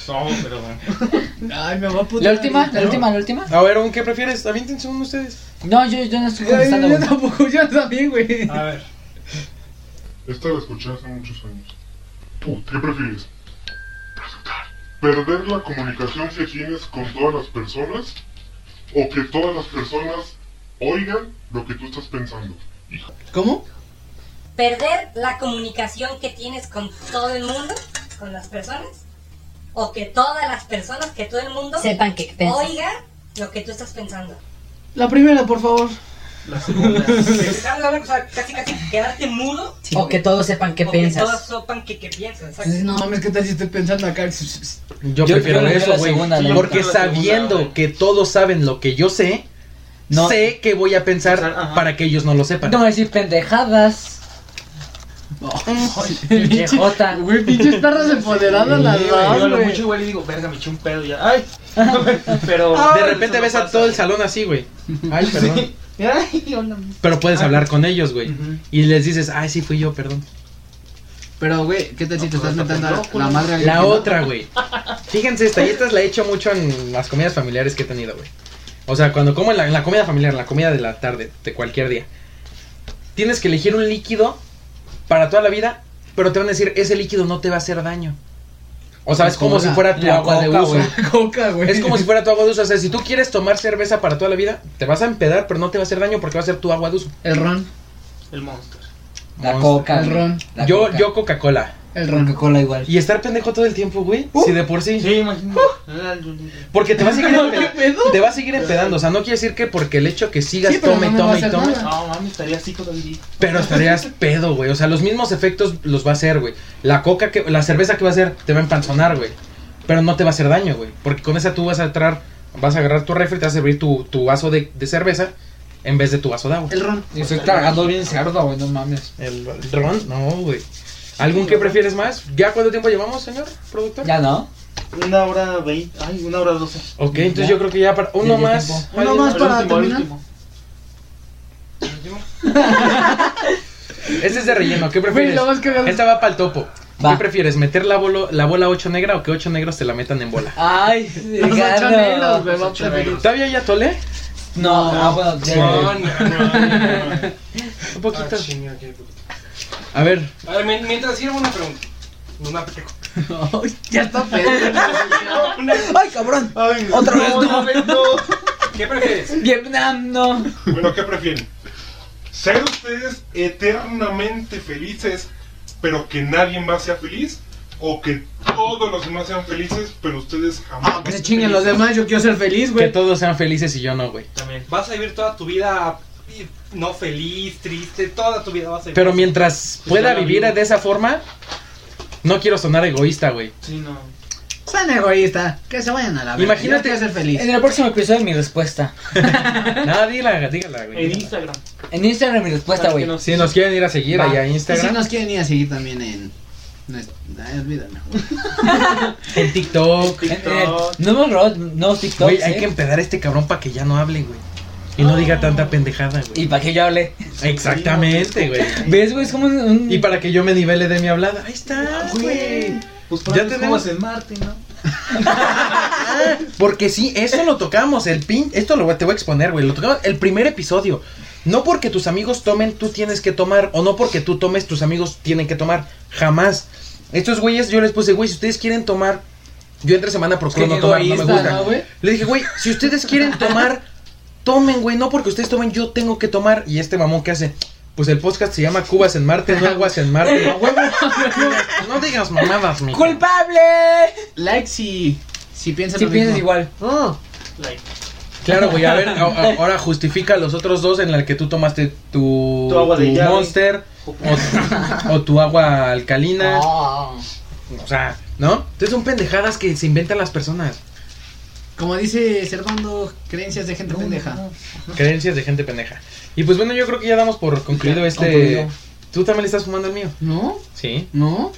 No, pero bueno. Ay, me va a putear. La última, la última, la última. A ver, ¿un qué prefieres? Aviéntense uno ustedes. No, yo, yo no estoy Ay, contestando. yo güey. tampoco, yo también, güey. A ver. Esta la escuché hace muchos años. Put, ¿Qué prefieres? Presentar. ¿Perder la comunicación que tienes con todas las personas? ¿O que todas las personas oigan lo que tú estás pensando? ¿Cómo? perder la comunicación que tienes con todo el mundo, con las personas, o que todas las personas, que todo el mundo Sepan que piensas. oiga lo que tú estás pensando. La primera, por favor. La segunda. Estamos hablando, o sea, casi casi quedarte mudo. o que todos sepan qué o piensas. Que todos sopan que, que piensas. Pues exacto. Entonces, No no. mames, ¿qué tal si estoy pensando acá? Yo, Yo prefiero prefiero eso, la güey. segunda, la Porque neta. sabiendo La segunda, que todos saben lo que yo sé, No. sé que voy a pensar Pensar, ajá. para que ellos no lo sepan. No voy a decir pendejadas. Pinche- Jota. Güey, pinches perras empoderadas las Yo dos, hablo güey. mucho igual y digo, verga, me eché un pedo ya. Ay, pero. de repente ves a todo el salón así, güey. Ay, perdón. Ay, hola. Pero puedes hablar con ellos, güey. Ujú. Y les dices, ay, sí fui yo, perdón. Pero, güey, ¿qué tal si te No, estás pero metiendo está la madre a La alguien? otra, güey. Fíjense esta, y esta la he hecho mucho en las comidas familiares que he tenido, güey. O sea, cuando como en la, en la comida familiar, en la comida de la tarde, de cualquier día. Tienes que elegir un líquido para toda la vida, pero te van a decir, ese líquido no te va a hacer daño. O sea, es como Coca. si fuera tu La agua de Coca, uso. güey. Coca, güey. Es como si fuera tu agua de uso. O sea, si tú quieres tomar cerveza para toda la vida, te vas a empedar, pero no te va a hacer daño porque va a ser tu agua de uso. El ron, El monster. La Monster. coca. El güey. ron. La yo, coca. yo Coca-Cola. el ron. Coca-Cola igual. Y estar pendejo todo el tiempo, güey. Uh. si de por sí. Sí, imagínate. Ah, Porque te va a seguir ¿Qué empedando. pedo? Te va a seguir empedando. O sea, no quiere decir que porque el hecho que sigas Sí, pero tome, no me va a tome y hacer tome. nada. No, mami, estaría así todo el día. Pero estarías pedo, güey. O sea, los mismos efectos los va a hacer, güey. La coca que. La cerveza que va a hacer te va a empanzonar, güey. Pero no te va a hacer daño, güey. Porque con esa tú vas a entrar. Vas a agarrar tu refri, te vas a servir tu, tu vaso de, de cerveza en vez de tu vaso de agua. El ron. Y estoy tragando bien cerdo, güey, no mames. El, el ron, no, güey. ¿Algún que prefieres más? ¿Ya cuánto tiempo llevamos, señor productor? Ya no. Una hora veinte. Ay, una hora doce. Ok, entonces Ya. yo creo que ya para. Ya, Uno ya más. tiempo. Uno ¿Alguien más El para último, el terminar. último. Este es de relleno, ¿qué Güey, prefieres? lo más cagado. Esta va para el topo. Va. ¿Qué prefieres? ¿Meter la, bolo- la bola 8 negra o que 8 negros te la metan en bola? Ay, Los ocho gano. negros, güey, va a ocho preferir. negros. ¿Todavía ya tolé? No, ah, bueno, ya, No, no, güey. no, no. Un poquito. Ah, chinga, qué puto. A ver, A ver, mien- mientras sirvo una pregunta. Una pregunta. Ya está pedo. Ay, cabrón. Ay, Otra vez no. otra vez no. ¿Qué prefieres? Vietnam, no. Bueno, ¿qué prefieren? ¿Ser ustedes eternamente felices, pero que nadie más sea feliz? ¿O que todos los demás sean felices, pero ustedes jamás? Que se chinguen los demás, yo quiero ser feliz, que güey. todos sean felices y yo no, güey. También. Vas a vivir toda tu vida eh, no feliz, triste, toda tu vida vas a vivir. Pero mientras Pues pueda ya la vivir vivo. de esa forma, no quiero sonar egoísta, güey. Sí, no. Son egoísta. Que se vayan a la verga. Imagínate- Yo quiero ser feliz. En el próximo episodio mi respuesta. No, dígala, dígala, En güey. Instagram. En Instagram mi respuesta, Para güey. que nos- Si nos quieren ir a seguir Va. allá a Y si Instagram, nos quieren ir a seguir también en. nuestra- Ay, olvídalo. en TikTok. En- en- TikTok. No hemos robado nuevos TikToks. Güey, hay ¿eh? que empedar a este cabrón para que ya no hable, güey. Y no diga tanta pendejada, Y güey. para que yo hable. Exactamente, güey. ¿Ves, güey? Es como un. un- Y para que yo me nivele de mi hablada. Ahí está, güey. Ah, Pues Ya ya tenemos- tenemos en Marte, ¿no? Porque sí, eso lo tocamos, el pin, esto lo voy- te voy a exponer, güey, lo tocamos el primer episodio. No porque tus amigos tomen, tú tienes que tomar, o no porque tú tomes, tus amigos tienen que tomar, jamás. Estos güeyes, yo les puse, güey, si ustedes quieren tomar, yo entre semana procuro Es que no qué tomar, no me egoísta, gusta. ¿no, güey? Le dije, güey, si ustedes quieren tomar, tomen, güey, no porque ustedes tomen, yo tengo que tomar. Y este mamón que hace, pues el podcast se llama Cubas en Marte, no aguas en Marte. no digas mamadas, mi. ¡Culpable! Like si. Si piensas Si lo piensas mismo. igual. Oh. Like. Claro, güey, a ver, a- a- ahora justifica los otros dos en la que tú tomaste tu, Tu agua de llave. Monster o, o tu agua alcalina, Ah. No. o sea, ¿no? Entonces son pendejadas que se inventan las personas, Como dice Servando, creencias de gente pendeja. creencias de gente pendeja. Y pues bueno, yo creo que ya damos por concluido Ya, este... concluido. Tú también le estás fumando el mío. ¿No? Sí. ¿No?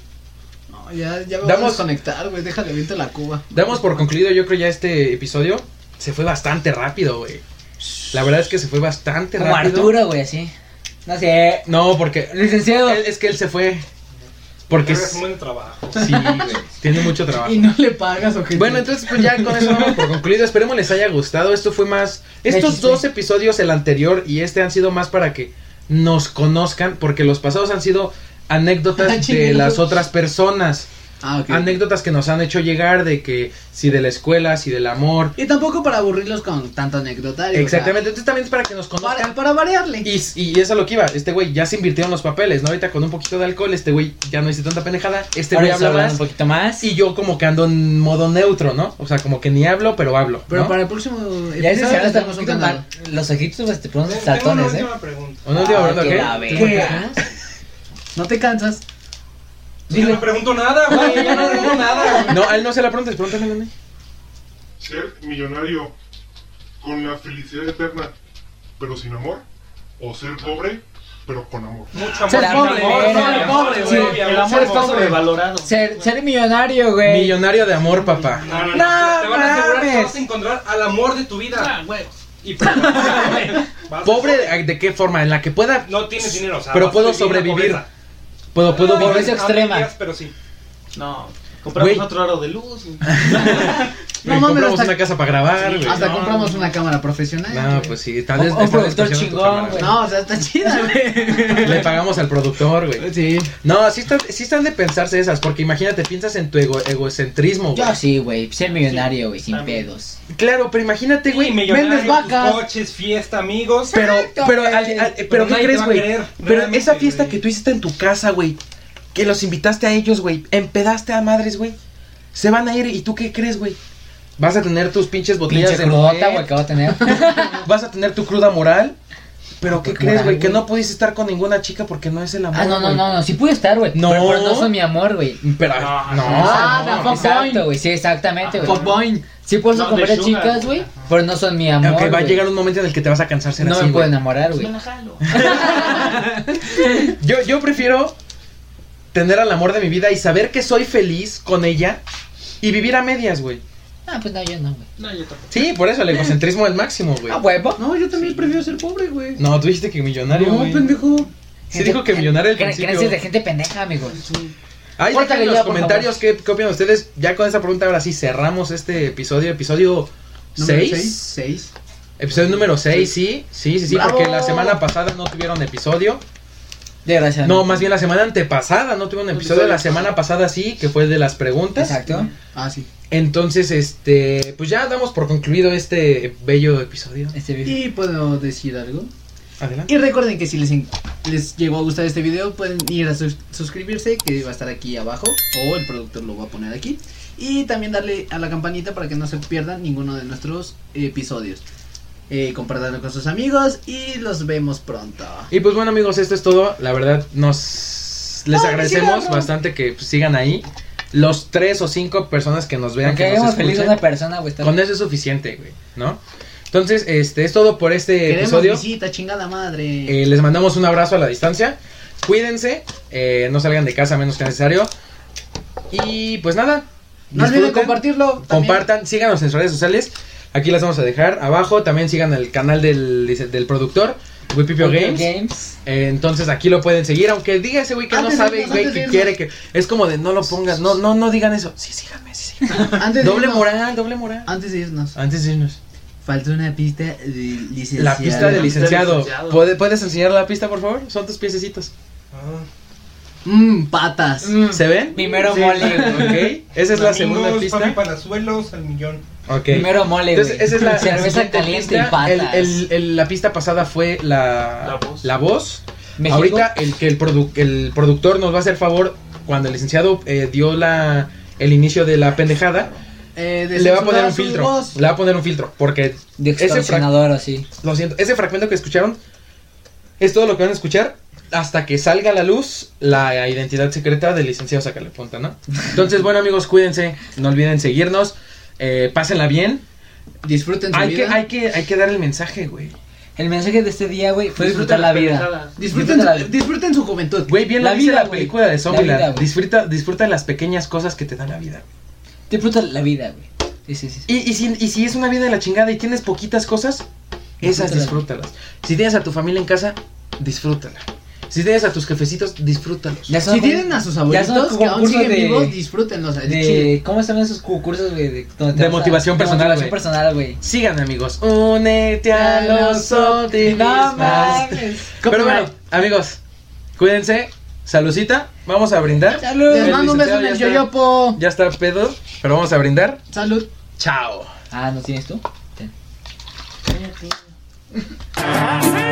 No, ya, ya me voy a Damos- desconectar, güey. Déjale, vente la cuba. Damos por concluido, yo creo ya este episodio se fue bastante rápido, güey. La verdad es que se fue bastante Como rápido. Arturo, güey, así. No sé. No, porque Licenciado. él- es que él se fue. Porque Verga, es es- un buen trabajo. Sí, güey, tiene mucho trabajo. Y no le pagas o qué. Bueno, entonces pues ya con eso vamos por concluido. Esperemos les haya gustado. Esto fue más. Estos dos episodios, el anterior y este, han sido más para que nos conozcan, porque los pasados han sido Ah, anécdotas de chingados. las otras personas. Ah, ok. Anécdotas que nos han hecho llegar de que si de la escuela, si del amor. Y tampoco para aburrirlos con tanto anecdotario. o Exactamente. Entonces también es para que nos sea, conozcan. para, para variarle. Y, y eso es lo que iba, este güey ya se invirtió en los papeles, ¿no? Ahorita con un poquito de alcohol, este güey ya no hizo tanta pendejada, este Ahora güey ya habla hablando más. un poquito más. Y yo como que ando en modo neutro, ¿no? O sea, como que ni hablo, pero hablo. Pero ¿no? para el próximo Ya ese se van a estar un tenemos poquito mal. Los ojitos pues, te ponen Tengo una saltones, ¿eh? última pregunta. Una última Ah, pregunta, que ¿ok? la ¿Tengo verga. una pregunta? No te cansas. Yo no pregunto nada, güey. Yo no digo nada. güey. No, a él no se la preguntes, pregúntame a mí. Ser millonario con la felicidad eterna, pero sin amor. O ser pobre, pero con amor. Mucho amor. Ser mucho pobre, amor, güey. mucho amor, Ser güey. pobre, Obvio, El mucho amor está güey. sobrevalorado. Ser, ser millonario, güey. Millonario de amor, papá. No, no, no. No te van a asegurar que mames. vas a encontrar al amor de tu vida. Ah, huevos. Y pues, Vas a- Pobre de, de qué forma, en la que pueda. No tienes dinero, o sea, Pero vas a puedo vivir la sobrevivir. pobreza. Puedo, puedo Ah, vivir. pobreza no extrema. digas, pero sí. No. Compramos Güey. otro aro de luz. güey. Me No mames, compramos hasta- una casa para grabar, güey. Hasta compramos una cámara profesional. No, güey. pues sí, tal Un- vez un productor chingón, güey. No, o sea, está chida, güey. Le pagamos al productor, güey. Sí. No, sí están, sí están de pensarse esas, porque imagínate, piensas en tu ego- egocentrismo, güey. Yo sí, güey. Ser millonario, güey, sin también. pedos. Claro, pero imagínate, Güey, güey. millonario, vendes vacas. tus coches, fiesta, amigos. Pero, pero, güey. al- al- pero, Pero ¿qué nadie te crees, va a güey? querer, Pero realmente, esa fiesta güey. que tú hiciste en tu casa, güey, que los invitaste a ellos, güey, empedaste a madres, güey, se van a ir y tú qué crees, güey? Vas a tener tus pinches botellas Pinche de crudota, Moet, güey, que va a tener. vas a tener tu cruda moral, pero ¿qué Moral, crees, güey? Que güey. no pudiste estar con ninguna chica porque no es el amor. Ah, no, no, güey. no, no. Sí pude estar, güey. No. Pero, pero no son mi amor, güey. Pero, No, no, Ah, no. tampoco. Exacto, güey. Sí, exactamente, güey. Fuckboy. Sí puedo No, de comprar sugar, chicas, güey. Pero no son mi amor. Aunque va a güey. llegar un momento en el que te vas a cansar ser No así, me puedo güey. enamorar, güey. Yo, yo prefiero tener al amor de mi vida y saber que soy feliz con ella y vivir a medias, güey. Ah, pues no, yo no, güey. No, yo tampoco. Sí, por eso el egocentrismo al máximo, güey. Ah, huevo. No, yo también prefiero ser pobre, güey. No, tú dijiste que millonario, No, güey. pendejo. Sí dijo que millonario al principio. Gracias de gente pendeja, amigos. Ahí Córtale dejen en ya, los por comentarios qué, qué opinan ustedes. Ya con esa pregunta ahora sí cerramos este episodio, episodio Número 6. seis, Seis. Episodio número 6, sí, sí, sí, sí, Bravo. porque la semana pasada no tuvieron episodio. Desgraciadamente. No, más bien la semana antepasada no tuvieron episodio, la semana pasada sí, que fue el de las preguntas. Exacto. Ah, sí. Entonces, este, pues ya damos por concluido este bello episodio. Este video. Y puedo decir algo. Adelante. Y recuerden que si les, en- les llegó a gustar este video, pueden ir a sus- suscribirse, que va a estar aquí abajo, o el productor lo va a poner aquí. Y también darle a la campanita para que no se pierdan ninguno de nuestros episodios. Eh, compartanlo con sus amigos y los vemos pronto. Y pues bueno, amigos, esto es todo. La verdad, nos les agradecemos bastante que pues, sigan ahí. Los tres o cinco personas que nos vean, Aunque que nos hagamos feliz a escuchen. una persona, güey. está Con eso es suficiente, güey, ¿no? Entonces, este, es todo por este Queremos episodio. visita, chingada madre. Eh, les mandamos un abrazo a la distancia. Cuídense, eh, no salgan de casa a menos que necesario. Y pues nada. no olviden disfruten. compartirlo. también. Compartan, síganos en sus redes sociales. Aquí las vamos a dejar abajo. También sigan el canal del, del productor, Wipipio Video Games. Eh, entonces aquí lo pueden seguir, aunque diga ese güey que Antes no de sabe, irnos, güey, antes de que irnos. quiere que. Es como de no lo pongan, no, no, no digan eso. Sí, síganme, sí, síganme. Antes de Doble irnos- moral, doble moral. Antes de irnos, Antes de irnos. falta una pista de licenciado. La pista del de licenciado. licenciado. ¿Puede- ¿Puedes enseñar la pista, por favor? Son tus piececitos. Mmm, patas. ¿Se ven? Primero Mm, mole, güey. Ok. Esa es la Amigos, segunda Papi pista. Palazuelos, al millón. Ok. Primero mole, güey. Entonces, esa es la cerveza siguiente caliente pista. y patas. El- el- el- la pista pasada fue la, La voz. voz. México. Ahorita el que el, produ- el productor nos va a hacer favor cuando el licenciado eh, dio la el inicio de la pendejada, Eh, de le va a poner censurar un su filtro. voz. Le va a poner un filtro porque de ese fra- extorsionador, así. lo siento, ese fragmento que escucharon es todo lo que van a escuchar hasta que salga a la luz la identidad secreta del licenciado Sácale Punta, ¿no? Entonces, bueno, amigos, cuídense, no olviden seguirnos, eh, pásenla bien. Disfruten su Hay que, vida. hay, que, hay que dar el mensaje, güey. El mensaje de este día, güey, fue disfrutar Disfruta la las vida. pendejadas. Disfruten, Disfruta su- la- disfruten su juventud. Güey, bien La la dice vida, la güey. película de Zombieland. La vida, güey. disfruta, disfruta las pequeñas cosas que te da la vida. Disfruta la vida, güey. Sí, sí, sí. Y, y, si, y si es una vida de la chingada y tienes poquitas cosas, esas Disfrútala. disfrútalas. Si tienes a tu familia en casa, disfrútala. Si tienes a tus jefecitos, disfrútalos. Ya son Si como- tienen a sus ya son abuelitos como que aún cursos siguen de- vivos, disfrútenlos. al de- chile. ¿Cómo se llaman esos concursos, güey? De, donde te De vas a- motivación de personal, motivación güey. personal, güey. Sigan, amigos. Únete a los No optimistas. mames. Pero bueno, Copyright. amigos, cuídense. Salucita. Vamos a brindar. Les El mando un beso licenciado en el ya está- yoyopo. Ya está pedo, pero vamos a brindar. Salud. Chao. Ah, ¿no tienes tú? Ten. Ah,